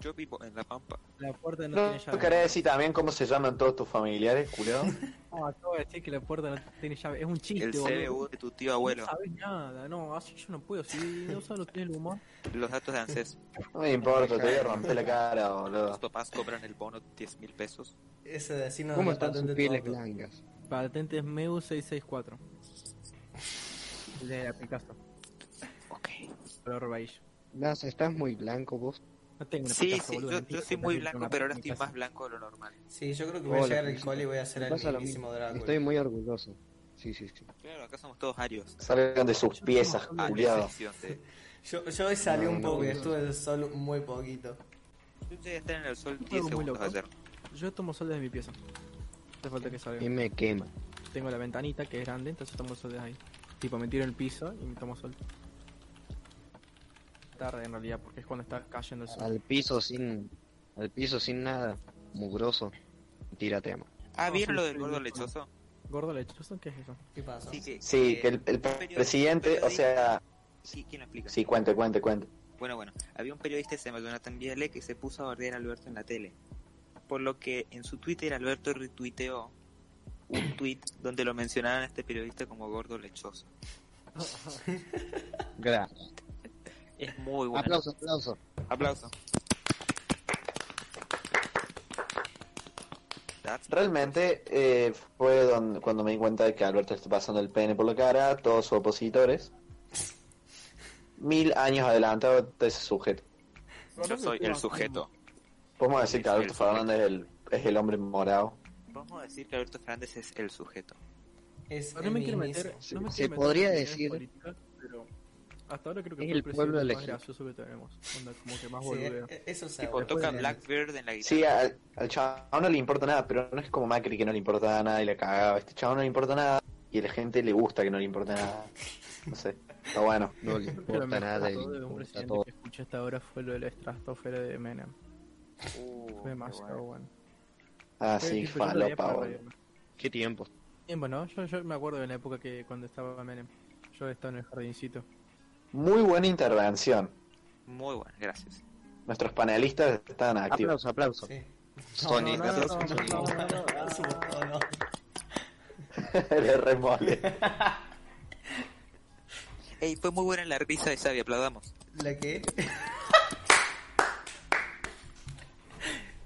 Yo vivo en La Pampa. la puerta no, ¿No tiene llave. querés decir también cómo se llaman todos tus familiares, culiao? No, acabo de decir que la puerta no tiene llave. Es un chiste, El boludo. CBU de tu tío No abuelo. sabes nada. No, así yo no puedo. Si no solo tienes el humor. Los datos de ANSES. No me importa, te voy a romper la cara, Ah. boludo. Los papás cobran el bono de 10 mil pesos. Ese de así no ¿Cómo es están patente sus pieles todo. blancas? Patente es MEU 664. El de la Picasso. Ok. Color beige. Las, estás muy blanco vos. No tengo una Sí, Picasso, sí, boludo, yo, no yo tengo soy una muy Picasso, blanco, una pero ahora estoy Picasso. más blanco de lo normal. Sí, yo creo que voy a Hola, llegar al Francisco. cole y voy a ser Me el pasa lo mismísimo Drácula. Estoy muy orgulloso. Sí, sí, sí. Claro, acá somos todos arios. Salgan de sus piezas, A culiao. excepción de... Yo, yo hoy salí No, un no, poco y boludo. estuve en el sol muy poquito. Yo llegué a estar en el sol 10 Algo muy segundos loco. ayer. Yo tomo sol desde mi pieza. No hace falta que salga. Y me quema. Tengo la ventanita que es grande, entonces tomo sol desde ahí. Tipo, me tiro en el piso y me tomo sol. Tarde en realidad, porque es cuando está cayendo el sol. Pues, Al piso sin. Al piso sin nada. Mugroso. Tírate, amo. Ah, No, ¿vieron sí, lo del estoy gordo bien. lechoso? Gordo lechoso, ¿qué es eso? ¿Qué pasó? que, Sí, eh, que el, el periodista- presidente, o sea... Sí, ¿quién lo explica? Sí, cuente, cuente, cuente. Bueno, bueno, había un periodista que se llama Jonathan Viale que se puso a bardear a Alberto en la tele. Por lo que en su Twitter Alberto retuiteó un tweet donde lo mencionaban a este periodista como gordo lechoso. Gracias. Es muy bueno. Aplauso, aplauso. Aplauso. That's- Realmente eh, fue don- cuando me di cuenta de que Alberto está pasando el pene por la cara a todos sus opositores. Mil años adelantado de ese sujeto. Yo soy el sujeto. Podemos decir que Alberto Fernández es el, es el hombre morado. Vamos a decir que Alberto Fernández es el sujeto. Es No me el quiero mismísimo. meter. No me quiero Se- se meter podría en cuestiones decir- políticas, pero hasta ahora creo que Es fue el pueblo presidente más elegido. gracioso que tenemos. Onda, como que más Sí, boludeo. eh, eso se Tipo, Después toca de- Blackbird en la Sí, guitarra. al, al chabón no le importa nada, pero no es como Macri que no le importa nada y la cagaba. Este chabón no le importa nada y a la gente le gusta que no le importa nada. No sé, está bueno. No le Creo que lo importa mejor nada. de y todo de Le un importa presidente todo. que escuché hasta ahora fue lo de la estratosfera de Menem. Uh, Fue qué demasiado bueno. bueno. Fue Así, tipo, yo lo veía falopa, para boludo. reírme. Qué tiempo. Bien, bueno, yo, yo me acuerdo de la época que cuando estaba Menem. Yo estaba en el jardincito. Muy buena intervención. Muy bueno, gracias. Nuestros panelistas están activos. Aplauso, aplauso. Sí. no, no, Sony, no, aplauso, no, Sony. no, no, no. Aplauso por todo. Le remole. Ey, fue muy buena la risa de Xavi, aplaudamos. ¿La qué?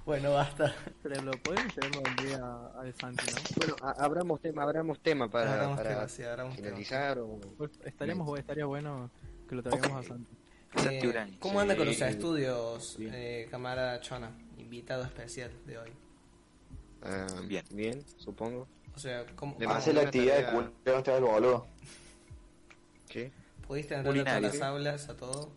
bueno, basta. Pero lo podemos tener un día al Santi, ¿no? Bueno, a- abramos tema, abramos tema Ah, para, Abramos para tema, sí, abramos tema. finalizar o Estaríamos, Pues, estaría bueno que lo traigamos a Santi. Santi Eh, Urani. ¿Cómo anda con los Sí. estudios, Bien. eh, camarada Chona? Invitado especial de hoy. ah, Bien. bien. supongo. O sea, ¿cómo, De cómo base Hace la actividad de tarea. culto este boludo. ¿Qué? pudiste entrar a todas culinario. las aulas, a todo?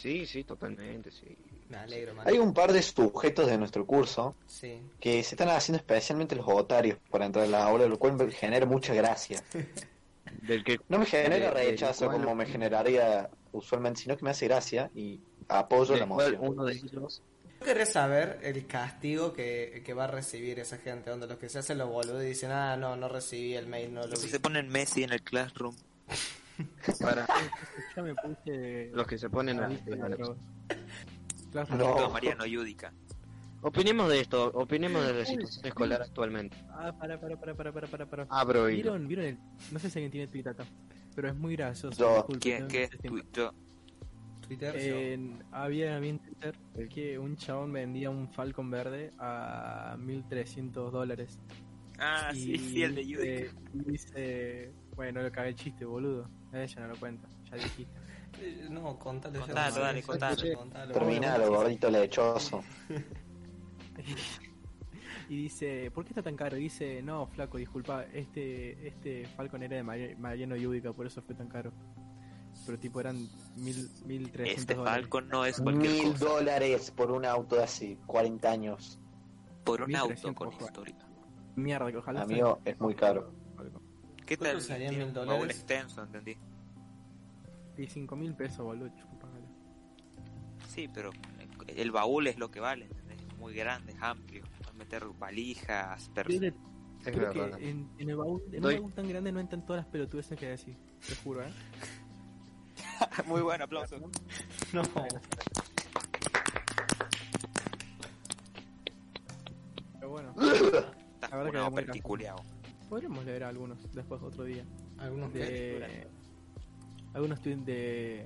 Sí, sí, totalmente, sí. Me alegro, man. Hay un par de sujetos de nuestro curso Sí. que se están haciendo especialmente los otarios para entrar a la aula, lo cual me genera mucha gracia. Del que No me genera De- del rechazo cual- como me generaría usualmente, sino que me hace gracia y apoyo la del cual moción. uno de ellos Yo querría saber el castigo que, que va a recibir esa gente, donde los que se hacen los boludos y dicen, ah, no, no recibí el mail, no lo Los vi. que se ponen Messi en el classroom. para Ya me puse. los que se ponen a, adicto a- las drogas. Claro, No. Todo Mariano Yudica. Opinemos de esto, opinemos de la situación escolar actualmente. Ah, para, para, para, para, para, para, para. Abro y ¿Vieron? ¿Vieron el.? No sé si alguien tiene Twitter acá. Pero es muy gracioso. Yo, disculpen, ¿Quién? no ¿Qué? sé si- Tú- yo. Eh, Twitter, yo. En- había, había en Twitter que un chabón vendía un Falcon verde a 1300 dólares. Ah, sí, Y sí, el de Yudica. dice- y dice, bueno, lo cagué el chiste, boludo. Ella no lo cuenta, ya dijiste. Eh, No, contalo. ya. Contalo, dale, Sí, contalo. sí, contalo. Terminalo, gordito lechoso. y dice, ¿por qué está tan caro? Y dice, no, flaco, disculpa, este este Falcon era de Mari- Mariano Yudica, por eso fue tan caro. Pero tipo eran mil, 1300 Este dólares. Falcon no es cualquier Mil cosa. dólares por un auto de hace 40 años. Por un auto 1300 con ojo. historia. Mierda, que ojalá. Amigo, sea- es muy caro. Falcon. ¿Qué ¿Cuánto tal? serían Tiene mil un dólares? baúl extenso, entendí. Y 5 mil pesos, boludo, chupala. Sí, pero el baúl es lo que vale, ¿entendés? Es muy grande, es amplio. Puedes meter valijas, Creo personas. que- es creo que eh, verdad. en, en el baúl, en Doy- un baúl tan grande no entran todas las pelotudeces que decís, te juro, ¿eh? Muy buen aplauso. No. Pero bueno, Estás La verdad que curado, es muy perticuleado. podremos leer algunos después otro día. Algunos de... De, algunos tweets de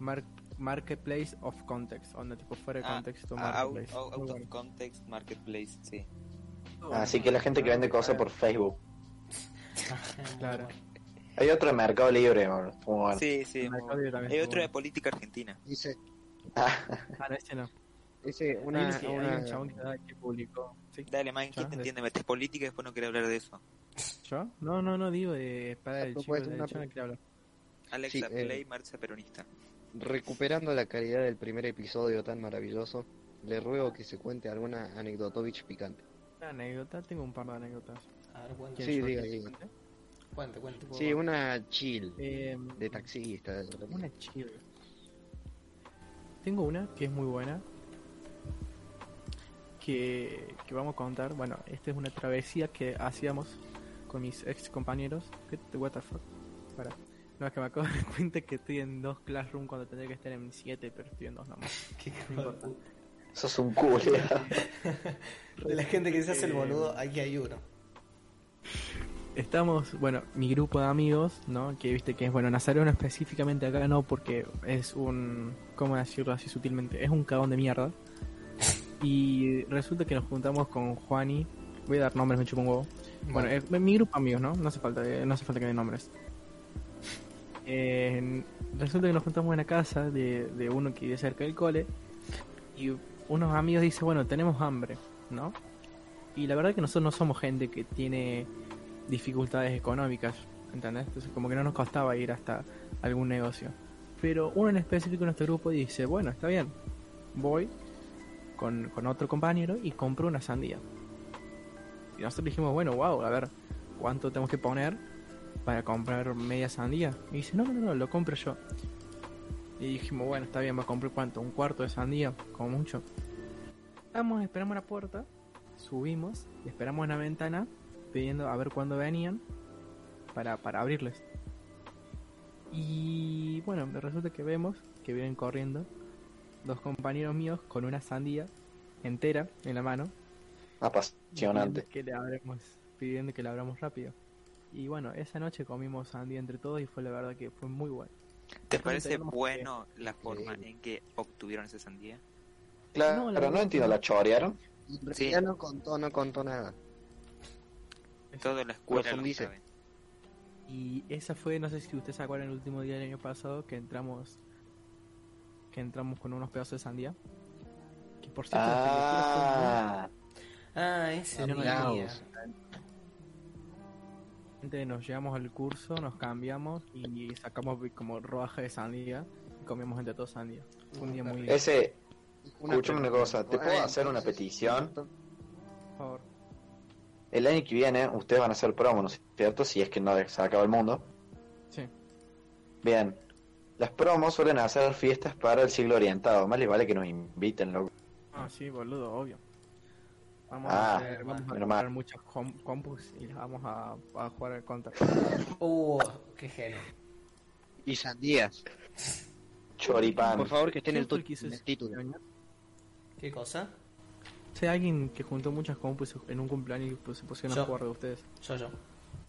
mar- Marketplace of Context, donde tipo fuera de Ah, contexto ah, out, Marketplace. out- Muy out bueno. of context, marketplace, sí. Oh, Ah, Así que la gente que vende cosas por Facebook. Ah, Claro. Hay otro de Mercado Libre, boludo. Muy bueno. Sí, sí. Mercado muy- Libre también Hay está otro de bueno. política argentina. Dice, Ah, no, ese no. dice Hay una, un que- hay una- un chabón que, ah, que publicó. ¿Sí? Dale, man, ¿quién Ah, te de- entiende? Metes política y después no quiere hablar de eso. ¿Yo? No, no, no, digo de para La el chico propuesta de es Ah, una- yo no quiero hablar. Alexa, Sí, eh. play, marcha peronista. recuperando la calidad del primer episodio tan maravilloso, le ruego que se cuente alguna anecdotovich picante. Una anécdota, tengo un par de anécdotas. A ver, cuente, Sí, yo? diga, ¿Quién diga. cuente? cuente, cuente. por Sí, favor. una chill Eh, de taxista. Una chill. Tengo una que es muy buena. Que, que vamos a contar. Bueno, esta es una travesía que hacíamos con mis ex compañeros. ¿Qué te what the fuck? Pará. No, es que me acabo de dar cuenta que estoy en dos classroom cuando tendría que estar en siete, pero estoy en dos nomás. Qué cabrón. Sos un culo. De la gente que se hace el Eh, boludo, aquí hay uno. Estamos, bueno, mi grupo de amigos, ¿no? Que viste que es, bueno, Nazareno específicamente acá no, porque es un, ¿cómo decirlo así sutilmente? Es un cagón de mierda. Y resulta que nos juntamos con Juani, voy a dar nombres, me chupo un huevo. Bueno, Vale. eh, mi grupo de amigos, ¿no? No hace falta, eh, no hace falta que den nombres. Eh, resulta que nos juntamos en la casa de, de uno que vive cerca del cole y unos amigos dicen, bueno, tenemos hambre, ¿no? Y la verdad que nosotros no somos gente que tiene dificultades económicas, ¿entendés? Entonces como que no nos costaba ir hasta algún negocio. Pero uno en específico en nuestro grupo dice, bueno, está bien, voy con, con otro compañero y compro una sandía. Y nosotros dijimos, bueno, wow, a ver, ¿cuánto tenemos que poner para comprar media sandía? Y dice, no, no, no, lo compro yo. Y dijimos, bueno, está bien, va a comprar cuánto, un cuarto de sandía, como mucho. Vamos, esperamos la puerta, subimos, y esperamos en la ventana, pidiendo a ver cuándo venían para, para abrirles. Y bueno, resulta que vemos que vienen corriendo dos compañeros míos con una sandía entera en la mano Apasionante. pidiendo Que le abramos, pidiendo que le abramos rápido. Y bueno, esa noche comimos sandía entre todos y fue la verdad que fue muy bueno. ¿Te Después parece entendemos bueno la forma Sí. en que obtuvieron esa sandía? Claro, No, la pero no verdad entiendo, que no. ¿la chorearon? Sí. Ya no contó, no contó nada. Todo en la escuela lo Profundice. sabe. Y esa fue, no sé si ustedes se acuerdan, el último día del año pasado que entramos que entramos con unos pedazos de sandía. Que por cierto, las temperaturas fueron muy- Ah, Ah, ese Mirá día. vos. Gente, nos llevamos al curso, nos cambiamos y sacamos como rodaje de sandía y comíamos entre todos sandía. Fue un día muy lindo, ese, Una Escuchame una pregunta. cosa, ¿te Ah, puedo hacer una entonces- petición? por favor. el año que viene ustedes van a hacer promo, ¿no es cierto? Si es que no se acaba el mundo. Sí. Bien, las promos suelen hacer fiestas para el siglo orientado, más les vale que nos inviten, loco. Ah, sí, boludo, obvio. Vamos Ah, a, hacer, vamos a menos comprar mal. muchas com- compus y las vamos a, a jugar al contra. Uh, qué genio. Y sandías. Choripán. Por favor, que esté en ¿Quién el, fue tu- el que hizo en ese el título. cumpleaños? ¿Qué cosa? Sí, alguien que juntó muchas compus en un cumpleaños y pues, se pusieron Yo. a jugar de ustedes. Yo, yo.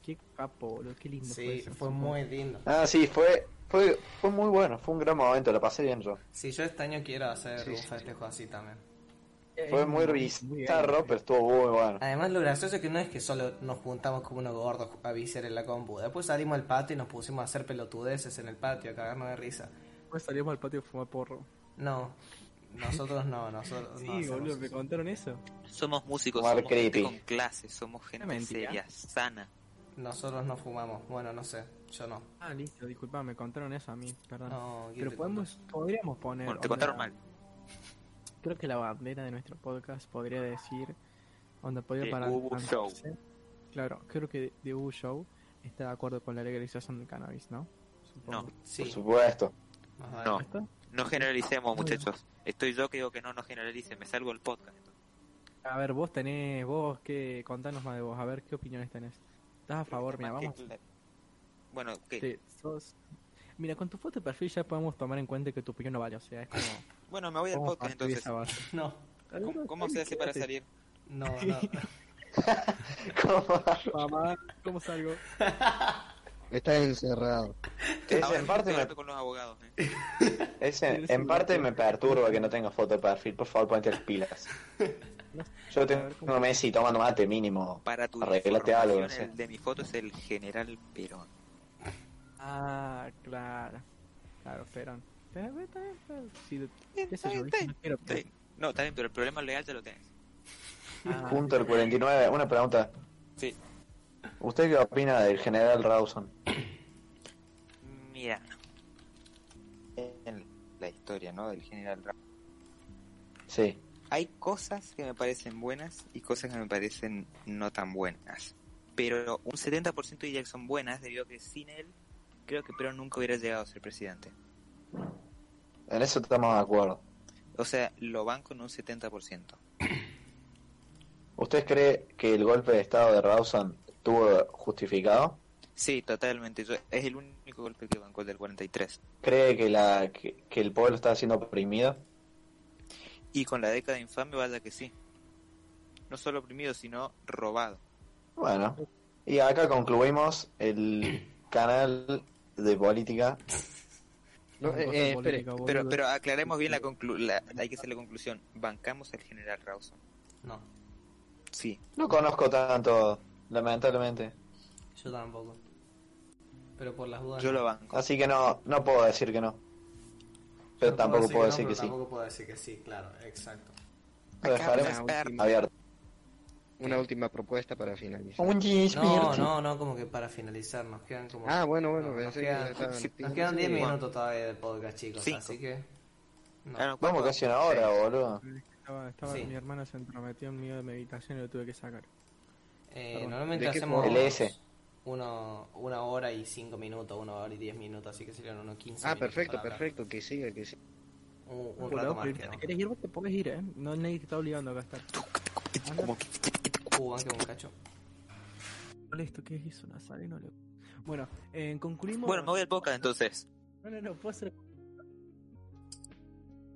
Qué capo, boludo, qué lindo. Sí, eso, fue sí. muy lindo. Ah, sí, fue, fue, fue muy bueno, fue un gran momento, la pasé bien yo. Sí, yo este año quiero hacer Sí, un sí, festejo así también. Eh, Fue muy muy bien. bizarro, pero estuvo muy bueno. Además, lo gracioso es que no es que solo nos juntamos como unos gordos a viciar en la compu. Después salimos al patio y nos pusimos a hacer pelotudeces en el patio, a cagarnos de risa. Después salimos al patio a fumar porro. No, nosotros no, nosotros no. Sí, hacemos boludo, eso. me contaron eso. Somos músicos, Fumar somos gente creepy. con clases, somos gente mentira. seria, sana. Nosotros no fumamos. Bueno, no sé, yo no. Ah, listo, disculpa, me contaron eso a mí, perdón. No, ¿quién Ah, pero te podemos, podríamos poner. Bueno, te onda, contaron mal. Creo que la bandera de nuestro podcast podría decir. Onda, podría De para. Ubu plantarse. Claro, creo que The Ubu Show está de acuerdo con la legalización del cannabis, ¿no? Supongo. contó? Por Sí, supuesto. más vale. No. ¿Ya está? No generalicemos, muchachos. Estoy yo que digo que no nos generalicen, me salgo del podcast. A ver, vos tenés. Vos, ¿qué? Contanos más de vos, a ver qué opiniones tenés. ¿Estás a favor? Mira, Más que vamos. cla- Bueno, ¿qué? Te- sos- Mira, con tu foto de perfil ya podemos tomar en cuenta que tu opinión no vale. O sea, es como. Bueno, me voy del podemos podcast partir de entonces. esa base. No, ¿Cómo, cómo se hace para salir? no, no. ¿Cómo? Mamá, ¿cómo salgo? Estás encerrado. Es, Ahora en parte, estoy me, hablando con los abogados. ¿eh? es en, en parte me perturba que no tenga foto de perfil. Por favor, ponte las pilas. Yo tengo a Messi tomando mate mínimo. Para tu Arreglate algo, no información, sé. el de mi foto es el general Perón. Ah, claro. Claro, Perón. Pero, pero, pero, pero, Si, qué sé yo, no quiero- Sí. No, está bien, pero el problema legal ya lo tenés. Ah, Punto el 49. Una pregunta. Sí. ¿Usted qué opina del general Rawson? Mira. En la historia, ¿no? Del general Ra- Sí. Hay cosas que me parecen buenas y cosas que me parecen no tan buenas. Pero un 70% diría que son buenas debido a que sin él creo que Perón nunca hubiera llegado a ser presidente. En eso estamos de acuerdo. O sea, lo van con un 70%. ¿Usted cree que el golpe de estado de Rawson estuvo justificado? Sí, totalmente. Yo- es el único golpe que bancó el del 43. ¿Cree que, la, que, que el pueblo está siendo oprimido? Y con la década infame, vaya que sí. No solo oprimido, sino robado. Bueno, y acá concluimos el canal de política. No, cosa eh, eh, política, espere, boludo. Pero, pero aclaremos bien la conclusión. Hay que hacer la conclusión. Bancamos al general Rawson. No, Sí. No conozco tanto, lamentablemente. yo tampoco. Pero por las dudas. Yo no. lo banco. Así que no, no puedo decir que no. Pero No tampoco puedo decir no, que, pero sí. Tampoco puedo decir que sí, claro, exacto. Lo dejaremos Acá una última- abierto. Una última propuesta para finalizar. Un No, no, no, como que para finalizar, nos quedan como. Ah, bueno, bueno, No, nos pensé que quedan- ya estaban- sí, Nos quedan Sí, 10 bueno. minutos todavía de podcast, chicos, Cinco. así que. No. Ah, no, ¿cuánto? Vamos casi una hora, boludo. Estaba, estaba- Sí. Mi hermana se entrometió en medio de meditación y lo tuve que sacar. Eh, Perdón. normalmente ¿De qué hacemos forma? LS. Uno, una hora y cinco minutos, una hora y diez minutos, así que serían unos 15 Ah, minutos perfecto, para hablar. perfecto, que siga, que siga. Un, un Boludo, rato más pero que si no. te querés ir, vos te podés ir, ¿eh? No nadie te está obligando a gastar. Uh, banque un cacho. ¿Cuál es esto? ¿Qué es eso? Nazareno, loco. Bueno, eh, concluimos. Bueno, me voy al podcast entonces. No, no, no, puedo hacer.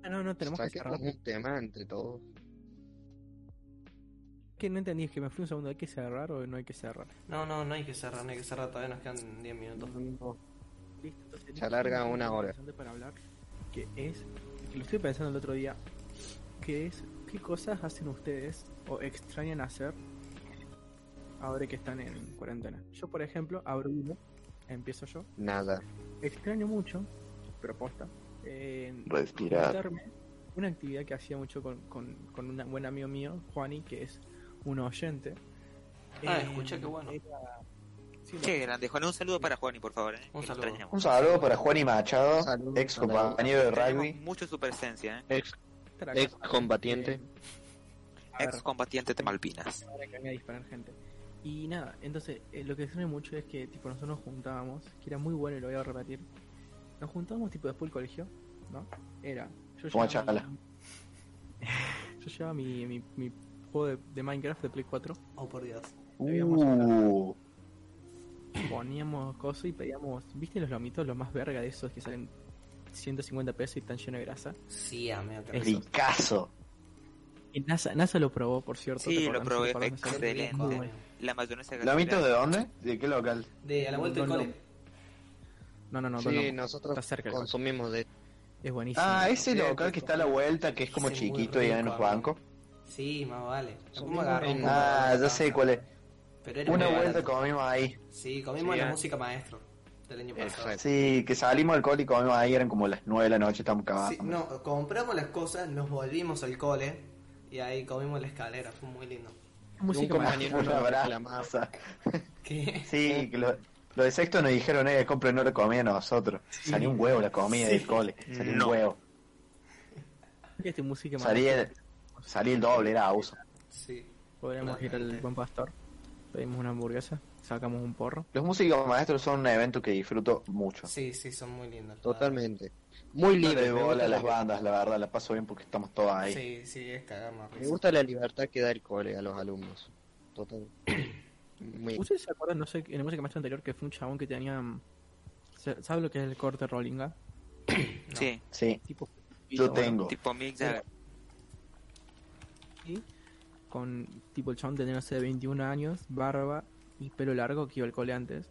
Ah, no, no, tenemos que cerrar. Saquemos un tema entre todos. Que no entendí, es que me fui un segundo. ¿Hay que cerrar o no hay que cerrar? No, no, no hay que cerrar, no hay que cerrar, todavía nos quedan 10 minutos. Listo, entonces, Se alarga listo, una lo hora. interesante para hablar, que es, que lo estoy pensando el otro día, que es, ¿qué cosas hacen ustedes o extrañan hacer ahora que están en cuarentena? Yo, por ejemplo, abro uno, empiezo yo, Nada. extraño mucho, propuesta, eh, Respirar. juntarme, una actividad que hacía mucho con, con, con un buen amigo mío, Juani, que es un oyente. Eh, Ah, escuché, qué bueno. era- sí, Qué grande, Juan. Un saludo para Juan y por favor. ¿eh? Un Que lo saludo. extrañamos. Un saludo para Juan y Machado, Saludos ex para- compañero de Extrañamos rugby. mucho su presencia. ¿eh? Ex, estar acá. Eh, ex combatiente. A ver. Ex combatiente de Malvinas. ahora que venga a disparar gente. Y nada, entonces eh, lo que extraño mucho es que tipo nosotros nos juntábamos, que era muy bueno y lo voy a repetir. Nos juntábamos tipo después del colegio, ¿no? Era. Yo Como llevaba, chala. mi, yo llevaba mi, mi, mi juego de, de Minecraft de Play 4, Oh, por Dios. Uh, poníamos cosas y pedíamos, ¿viste los lomitos, los más verga de esos que salen 150 pesos y están llenos de grasa? Sí, amigo, que rico. ricazo. Y NASA, NASA lo probó, por cierto. Sí, ¿te lo acordás? probé, ¿Te acordás? excelente. Rico, amigo. La mayonesa ¿Lomitos gasolera. de dónde? ¿De qué local? De a la vuelta del No, no. cole. No, no, no, no, Sí, no. Está nosotros cerca el coche. consumimos de Es buenísimo. Ah, ese Bien, local que está a la vuelta, que es como Ese muy chiquito y hay rico, unos amigo. bancos. Sí, más vale. Son ¿Cómo agarró bien un poco de Ah, la ya taza? sé cuál es. Pero era Una muy vuelta barato. comimos ahí. Sí, comimos Sí, la eh. música maestro del año pasado. Exacto. Sí, que salimos al cole y comimos ahí, eran como las 9 de la noche, estamos Sí, cagados. no, compramos las cosas, nos volvimos al cole y ahí comimos la escalera, fue muy lindo. un Música más- compañero Una de brasa. la masa. ¿Qué? Sí, que lo, lo de sexto nos dijeron, eh, compren no la comida a nosotros. Salió un huevo la comida del cole, salió No. un huevo. Este música más- Salí el, salí el doble, era abuso. Sí. Podríamos ir al buen pastor, pedimos una hamburguesa, sacamos un porro. Los músicos maestros son un evento que disfruto mucho. Sí, sí, son muy lindos. Totalmente. Muy No libre. Me le bola gusta, a las la, bandas, la verdad, la paso bien porque estamos todos ahí. Sí, sí, es cagamos. me gusta la libertad que da el cole a los alumnos. Total. Muy- ¿Ustedes se acuerdan, no sé, en la música maestra anterior que fue un chabón que tenía mm, Se- ¿Sabe lo que es el corte Rollinga? Sí, Sí, Tipo yo bueno, tengo. tipo Mick Jagger. ¿sí? con tipo el chabón tenía, no sé, 21 años, barba y pelo largo que iba al cole antes.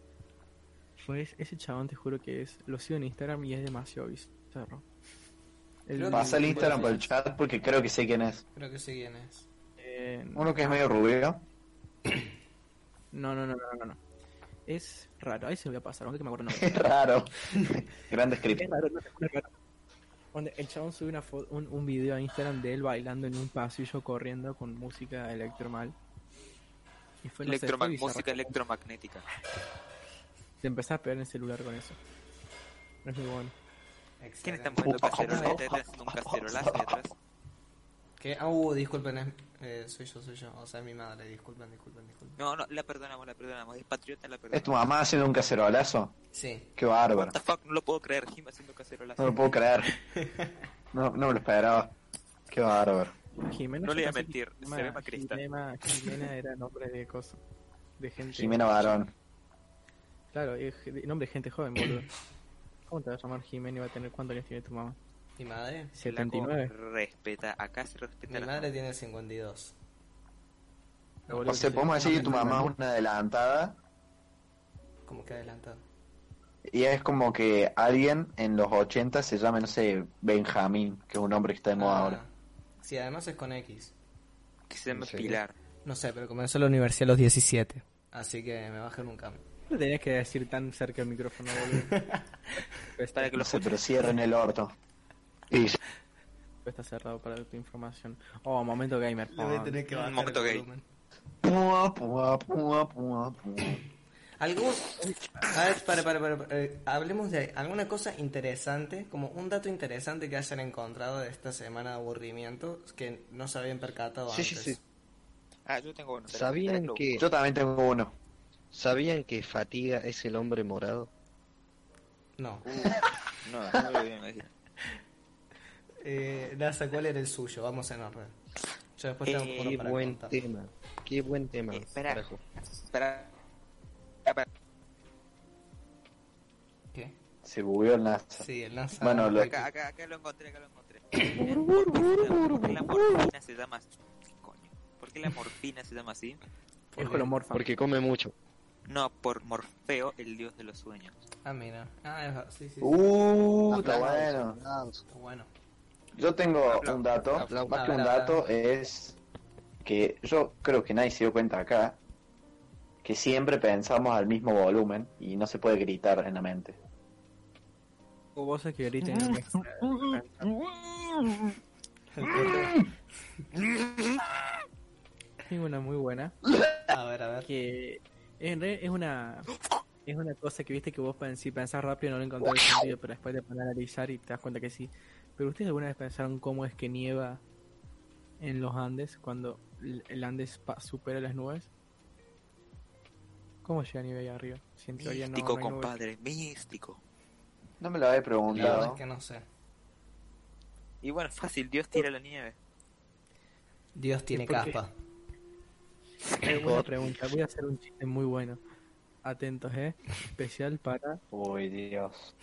Pues ese chabón te juro que es, lo sigo en Instagram y es demasiado bizarro. El- Pasa el Instagram por el chat porque creo que sé quién es. Creo que sé quién es. Eh, Uno que es medio rubio. no, no, no, no, no, no. Es raro, ahí se lo voy a pasar, aunque me acuerdo no. Es raro. Gran descripción. Donde el chabón sube una fo- un, un video a Instagram de él bailando en un pasillo corriendo con música electromal. Y fue, no sé, fue Electromag- bizarro. música electromagnética. Te empezás a pegar en el celular con eso. No es muy bueno. ¿Quién Excelente. está poniendo cacerola? ¿Está haciendo un cacerolazo de atrás? ¿Qué? Ah, uh, disculpen, es- eh, soy yo, soy yo. O sea, mi madre, disculpen, disculpen, disculpen. No, no, la perdonamos, la perdonamos. Es patriota, la ¿Es tu perdonamos. mamá haciendo un cacerolazo? Sí. Qué bárbaro. What the fuck, no lo puedo creer, Jim haciendo cacerolazo. No lo puedo creer. No, no me lo esperaba. Qué bárbaro. Jimena, No yo le voy a pensé que mentir, se Jimena- ve macrista. Jimena, Jimena era nombre de cosa. De gente. Jimena Barón. Claro, es de- nombre de gente joven, boludo. ¿Cómo te vas a llamar Jimena y va a tener cuántos años tiene tu mamá? ¿Mi madre? Flaco, 79. Respeta, acá se respeta. Mi la madre fama. tiene 52. O sea, podemos decir que tu mamá es una adelantada Como que adelantado. y es como que alguien en los 80 se llame, no sé, Benjamín, que es un hombre que está de moda Ah, ahora. Sí, además es con X. Que se llama ¿En serio? Pilar. No sé, pero comencé la universidad a los 17. Así que me bajé un cambio. No tenías que decir tan cerca el micrófono, boludo. Para que No lo sé, escuchen. pero cierren el orto. Y Está cerrado para tu información. Oh, momento gamer. pon. que Un bajar momento el gay. volumen. pua, pua, pua, pua, pua. Algún... A ver, para, para, para, para, eh, hablemos de alguna cosa interesante, como un dato interesante que hayan encontrado de esta semana de aburrimiento que no se habían percatado Sí, sí, antes. sí. Ah, yo tengo uno. espera, espera, ¿Sabían lo que, Yo también tengo uno. ¿Sabían que Fatiga es el hombre morado? No. busco. No, no lo voy a decir. Eh, NASA, ¿cuál era el suyo? Vamos en orden. Yo después tengo Eh, uno Qué para buen contar. tema. Qué buen tema. Eh, espera. carajo. Espera. Espera. ¿Qué? Se bugueó el NASA. Sí, el NASA. Bueno, lo- Acá, acá, acá lo encontré, acá lo encontré. ¿Por qué la morfina se llama así? ¿Qué coño? ¿Por qué la morfina se llama así? Es holomorfa. Porque come mucho. No, por Morfeo, el dios de los sueños. Ah, mira. Ah, es... sí, sí, sí. Uh, está Aplausos, bueno. aplausos. Está Bueno. Yo tengo un dato, aplausos. más que A un ver, a ver. dato es que yo creo que nadie se dio cuenta acá que siempre pensamos al mismo volumen y no se puede gritar en la mente. O vos es que griten en el- Tengo una muy buena. A ver, a ver. Que en realidad es una. Es una cosa que viste que vos pens- si pensás rápido no lo encontrás el sentido, pero después te pones a analizar y te das cuenta que sí. Pero ustedes alguna vez pensaron cómo es que nieva en los Andes cuando el el Andes pa- supera las nubes. ¿Cómo llega nieve ahí arriba? Si en teoría no, Místico, no hay nubes. compadre, místico. No me lo había La verdad es preguntado. que no sé. Y bueno, fácil, Dios tira la nieve. Dios tiene por qué? capa. Eh, buena pregunta. Voy a hacer un chiste muy bueno. Atentos, ¿eh? Especial para, Uy, Dios.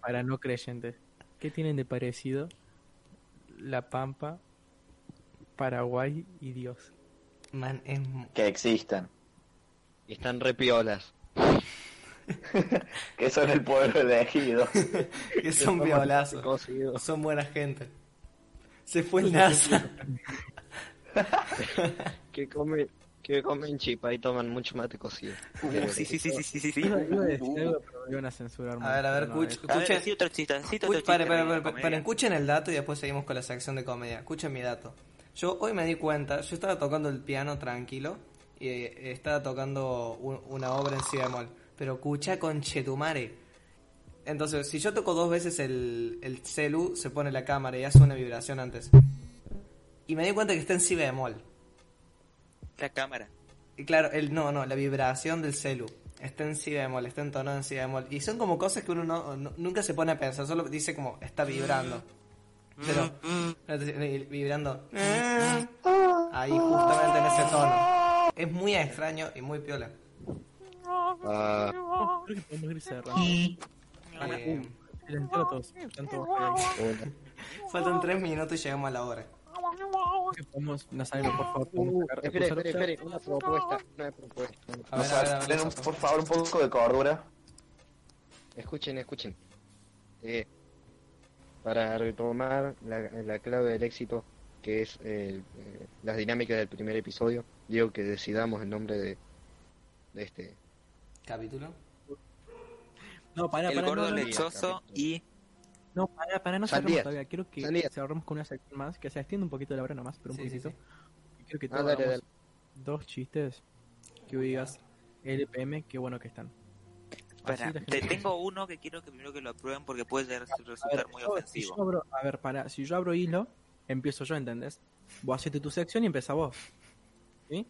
para no creyentes. ¿Qué tienen de parecido La Pampa, Paraguay y Dios? Man, es... mu- Que existen. Y Están repiolas. Que son el pueblo elegido. Que son violazos. Conseguido. Son buena gente. Se fue el NASA. Que comen, que comen chipa y toman mucho mate cocido. Pero- Uh, Sí, sí, sí, sí, sí, sí. sí. Iba, iba a decir algo, pero me iban a censurar. A ver, a ver, No, Cuch, es- A ver, escuchen. sí, otro chiste, sí, otro Uy, chiste pare, pare, de pare, pare, comedia. pare, escuchen el dato y después seguimos con la sección de comedia. Escuchen mi dato. Yo hoy me di cuenta, yo estaba tocando el piano tranquilo y eh, estaba tocando un- una obra en si bemol, pero escucha con chetumare. Entonces, si yo toco dos veces el, el celu, se pone la cámara y hace una vibración antes. Y me di cuenta que está en si bemol. La cámara. Y claro, el, no, no, la vibración del celu. Está en si bemol, está entonado en si bemol. Y son como cosas que uno no- no- nunca se pone a pensar, solo dice como está vibrando. Pero, entonces, vibrando. Ahí, justamente en ese tono. Es muy extraño y muy piola. Ah, Creo que podemos ir cerrando. Eh, uh. Silencialo a todos. eh, Están todos callados. faltan tres minutos y llegamos a la hora. Podemos- Nazareno, por favor. podemos sacar- Uh, espere, usar- espere, espere, una propuesta, una propuesta. A ver, a ver, a ver, Nazareno, Sapo. por favor, un poco de cordura. Escuchen, escuchen. Eh, para retomar la, la clave del éxito, que es el- eh, las dinámicas del primer episodio, digo que decidamos el nombre de, de este. Capítulo. No, pará, El pará, gordo no, no, lechoso y No, para, para, no cerramos Sandías. todavía. Quiero que Sandías. cerramos con una sección más, que se extiende un poquito la hora nomás, pero un Sí, sí, poquitito. sí. Y Quiero que Ah, todos dale, hagamos dos chistes que digas LPM, qué bueno que están. Así Pará, la gente- te tengo uno que quiero que primero que lo aprueben porque puede llegar a A ver, resultar muy yo- si yo ofensivo. abro- a ver, para, si yo abro hilo, empiezo yo, ¿entendés? Vos hacete tu sección y empezá vos. ¿Sí?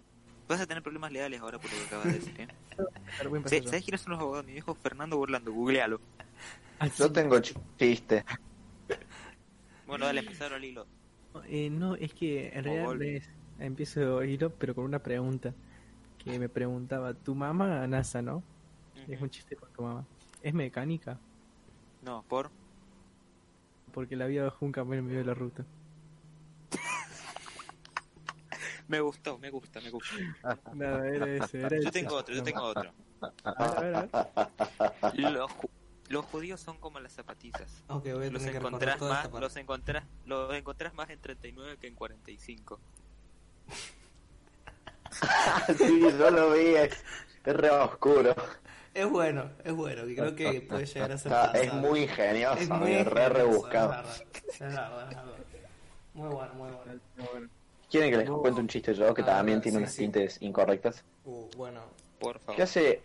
Vas a tener problemas legales ahora por lo que acabas de decir. ¿eh? Pero voy a empezar Sí, yo. ¿Sabes quiénes son los abogados? Mi viejo Fernando Burlando, googlealo. Yo tengo chiste. Bueno, dale, empezaron al hilo. Eh, no, es que en realidad golpe. es- empiezo hilo, pero con una pregunta. Que me preguntaba, ¿tu mamá NASA, no? Es un chiste con tu mamá. ¿Es mecánica? No, por. Porque la había bajado un camión en medio de la ruta. Me gustó, me gusta, me gusta. Nada, era ese, era Yo ese. tengo otro, yo tengo otro. A ver, a ver, a ver. Los, ju- los judíos son como las zapatillas. Ok, voy a Los tener que encontrás recordar toda más, esta los parte. encontrás, los encontrás más en 39 que en 45. Ah, sí, yo lo vi. Es, es re oscuro. Es bueno, es bueno, que creo que puede llegar a ser. Ah, Está- es pasable. muy ingenioso, Es es muy re ingenioso, rebuscado. Es verdad, es verdad, es verdad. Muy bueno, muy bueno. ¿Quieren que les cuente un chiste yo que Ah, también sí, tiene unas sí. tintes incorrectas? Uh, bueno, Por ¿Qué favor. hace,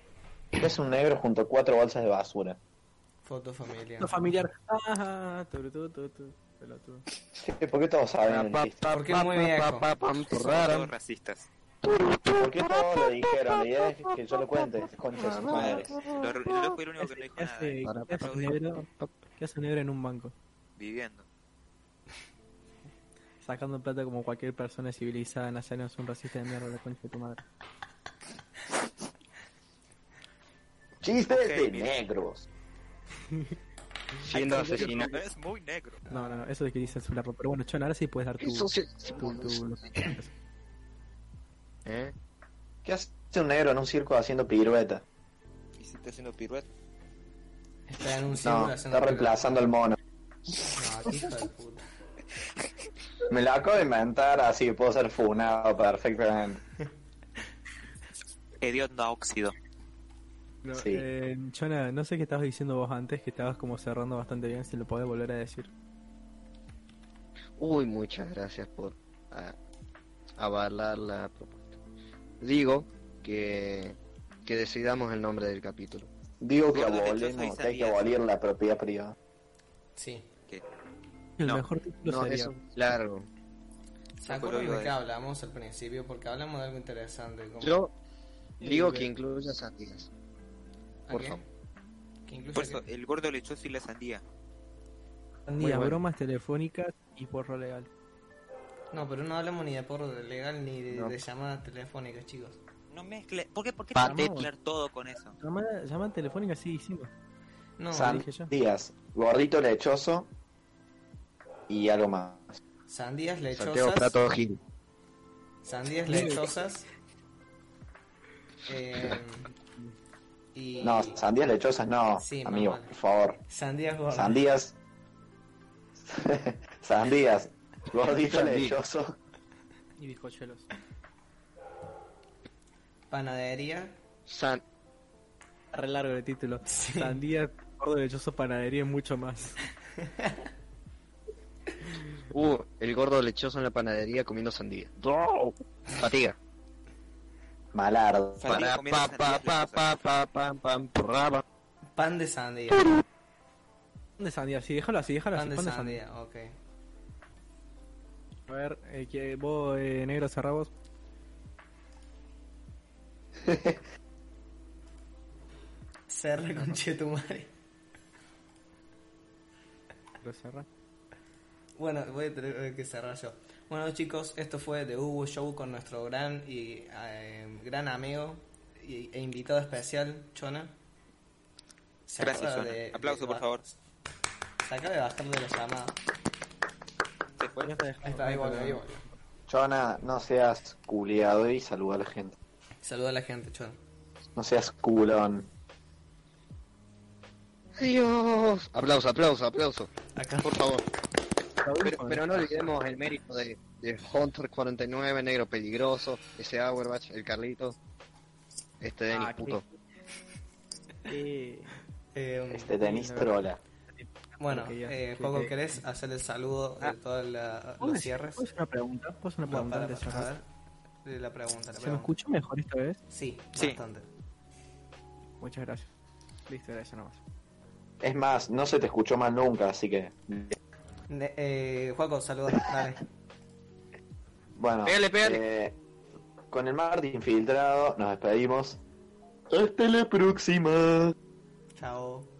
¿Qué hace un negro junto a cuatro bolsas de basura? foto familiar. Lo familiar. Ah, turu, tu, tu, tu, pelotudo. ¿Qué- ¿Por qué todos saben el chiste? Porque es muy viejo. Son todos racistas. ¿Por qué todos lo dijeron? La idea es que yo lo cuente, concha Ah, de su madre. Lo- El loco fue el único que no dijo ¿Qué nada. hace, ¿eh? qué hace un negro, qué hace un negro en un banco? Viviendo. Sacando plata como cualquier persona civilizada Nazareno es un racista de mierda, la concha de tu madre. Chistes Ok, de mira. negros. Siendo asesinado. Es muy negro. No, no, no, eso es que dice el celular. Pero bueno, Chon, ahora sí puedes dar tu. Eso sí. tu, tu- ¿Eh? ¿Qué hace un negro en un circo haciendo pirueta? Y si está haciendo pirueta. Está en un No, círculo haciendo. está reemplazando al mono. No, qué hijo de puta. Me la acabo de inventar, así puedo ser funado perfectamente. Hediondo a óxido. No, Sí. eh, Chona, no sé qué estabas diciendo vos antes, que estabas como cerrando bastante bien, si lo podés volver a decir. Uy, muchas gracias por ah, avalar la propuesta. Digo que, que decidamos el nombre del capítulo. Digo que Gordo, lechoso abolimos, y que hay que sandías. abolir la propiedad privada. Sí. El No, mejor título No, sería. es largo. ¿Se acuerdan de qué hablamos al principio? Porque hablamos de algo interesante. Como... Yo digo Sí, que incluya sandías. Eh, ¿A Por qué? favor. Que incluye Por eso, que- el gordo lechoso y la sandía. Ni Muy a bueno. bromas telefónicas y porro legal. No, pero no hablamos ni de porro de legal ni de, No. de llamadas telefónicas, chicos. No mezcle. ¿Por qué, por qué Patético. mezclar todo con eso? Llamada, llamada telefónica sí hicimos. No, dije yo. Sandías, gordito lechoso y algo más. sandías Santiago lechosas. Prato Gil. Sandías lechosas. eh, y No, sandías lechosas no, Sí, más amigo, vale. por favor. sandías gordas. Sandías. sandías. Gordito Sandías. lechoso. Y bizcochuelos. Panadería. San... Re largo el título. Sandía, gordo lechoso, panadería y mucho más. Uh, el gordo lechoso en la panadería comiendo sandía. Fatiga. Malardo. Sandía comiendo sandías lechosas. Pan de sandía. Pan de sandía, sí, déjalo así, déjalo así. Pan de sandía, ok. A ver, eh, que vos, eh, negro, cerrabos. Cerra con chetumare. Lo cerra. Bueno, voy a tener que cerrar yo. Bueno chicos, esto fue The Hugo Show con nuestro gran y eh, gran amigo y- e invitado especial, Chona. Se Gracias, acaba Suena. de- Aplauso, de- por favor. Se acaba de bajar de la llamada. ¿Se fue? Ahí está, ahí volvió, ahí volvió. Chona, no seas culiado y saluda a la gente. Saluda a la gente, chon. No seas culón. Adiós. Aplauso, aplauso, aplauso. Acá. Por favor. Pero, pero no olvidemos el mérito de, de Hunter 49, Negro Peligroso, ese Auerbach, el Carlito, este Denis Ah, qué- puto. Eh, Eh, Este tenís trola. bueno, Ok, ya. eh, Sí, Juego, sí. ¿querés hacer el saludo de Ah. todos la- ¿puedo los hacer- cierres? puedo hacer una pregunta? ¿Puedo hacer una Bueno, pregunta para, antes de para, a cerrar? ver. Eh, La pregunta, la ¿Se me pregunta. escuchó mejor esta vez? Sí, Sí. bastante. Muchas gracias. Listo, gracias nomás. Es más, no se te escuchó más nunca, así que. Ne- eh, Juaco, saludos. Dale. Bueno, Pégale, pégale. eh, con el Martín infiltrado, nos despedimos. Hasta la próxima. Chao.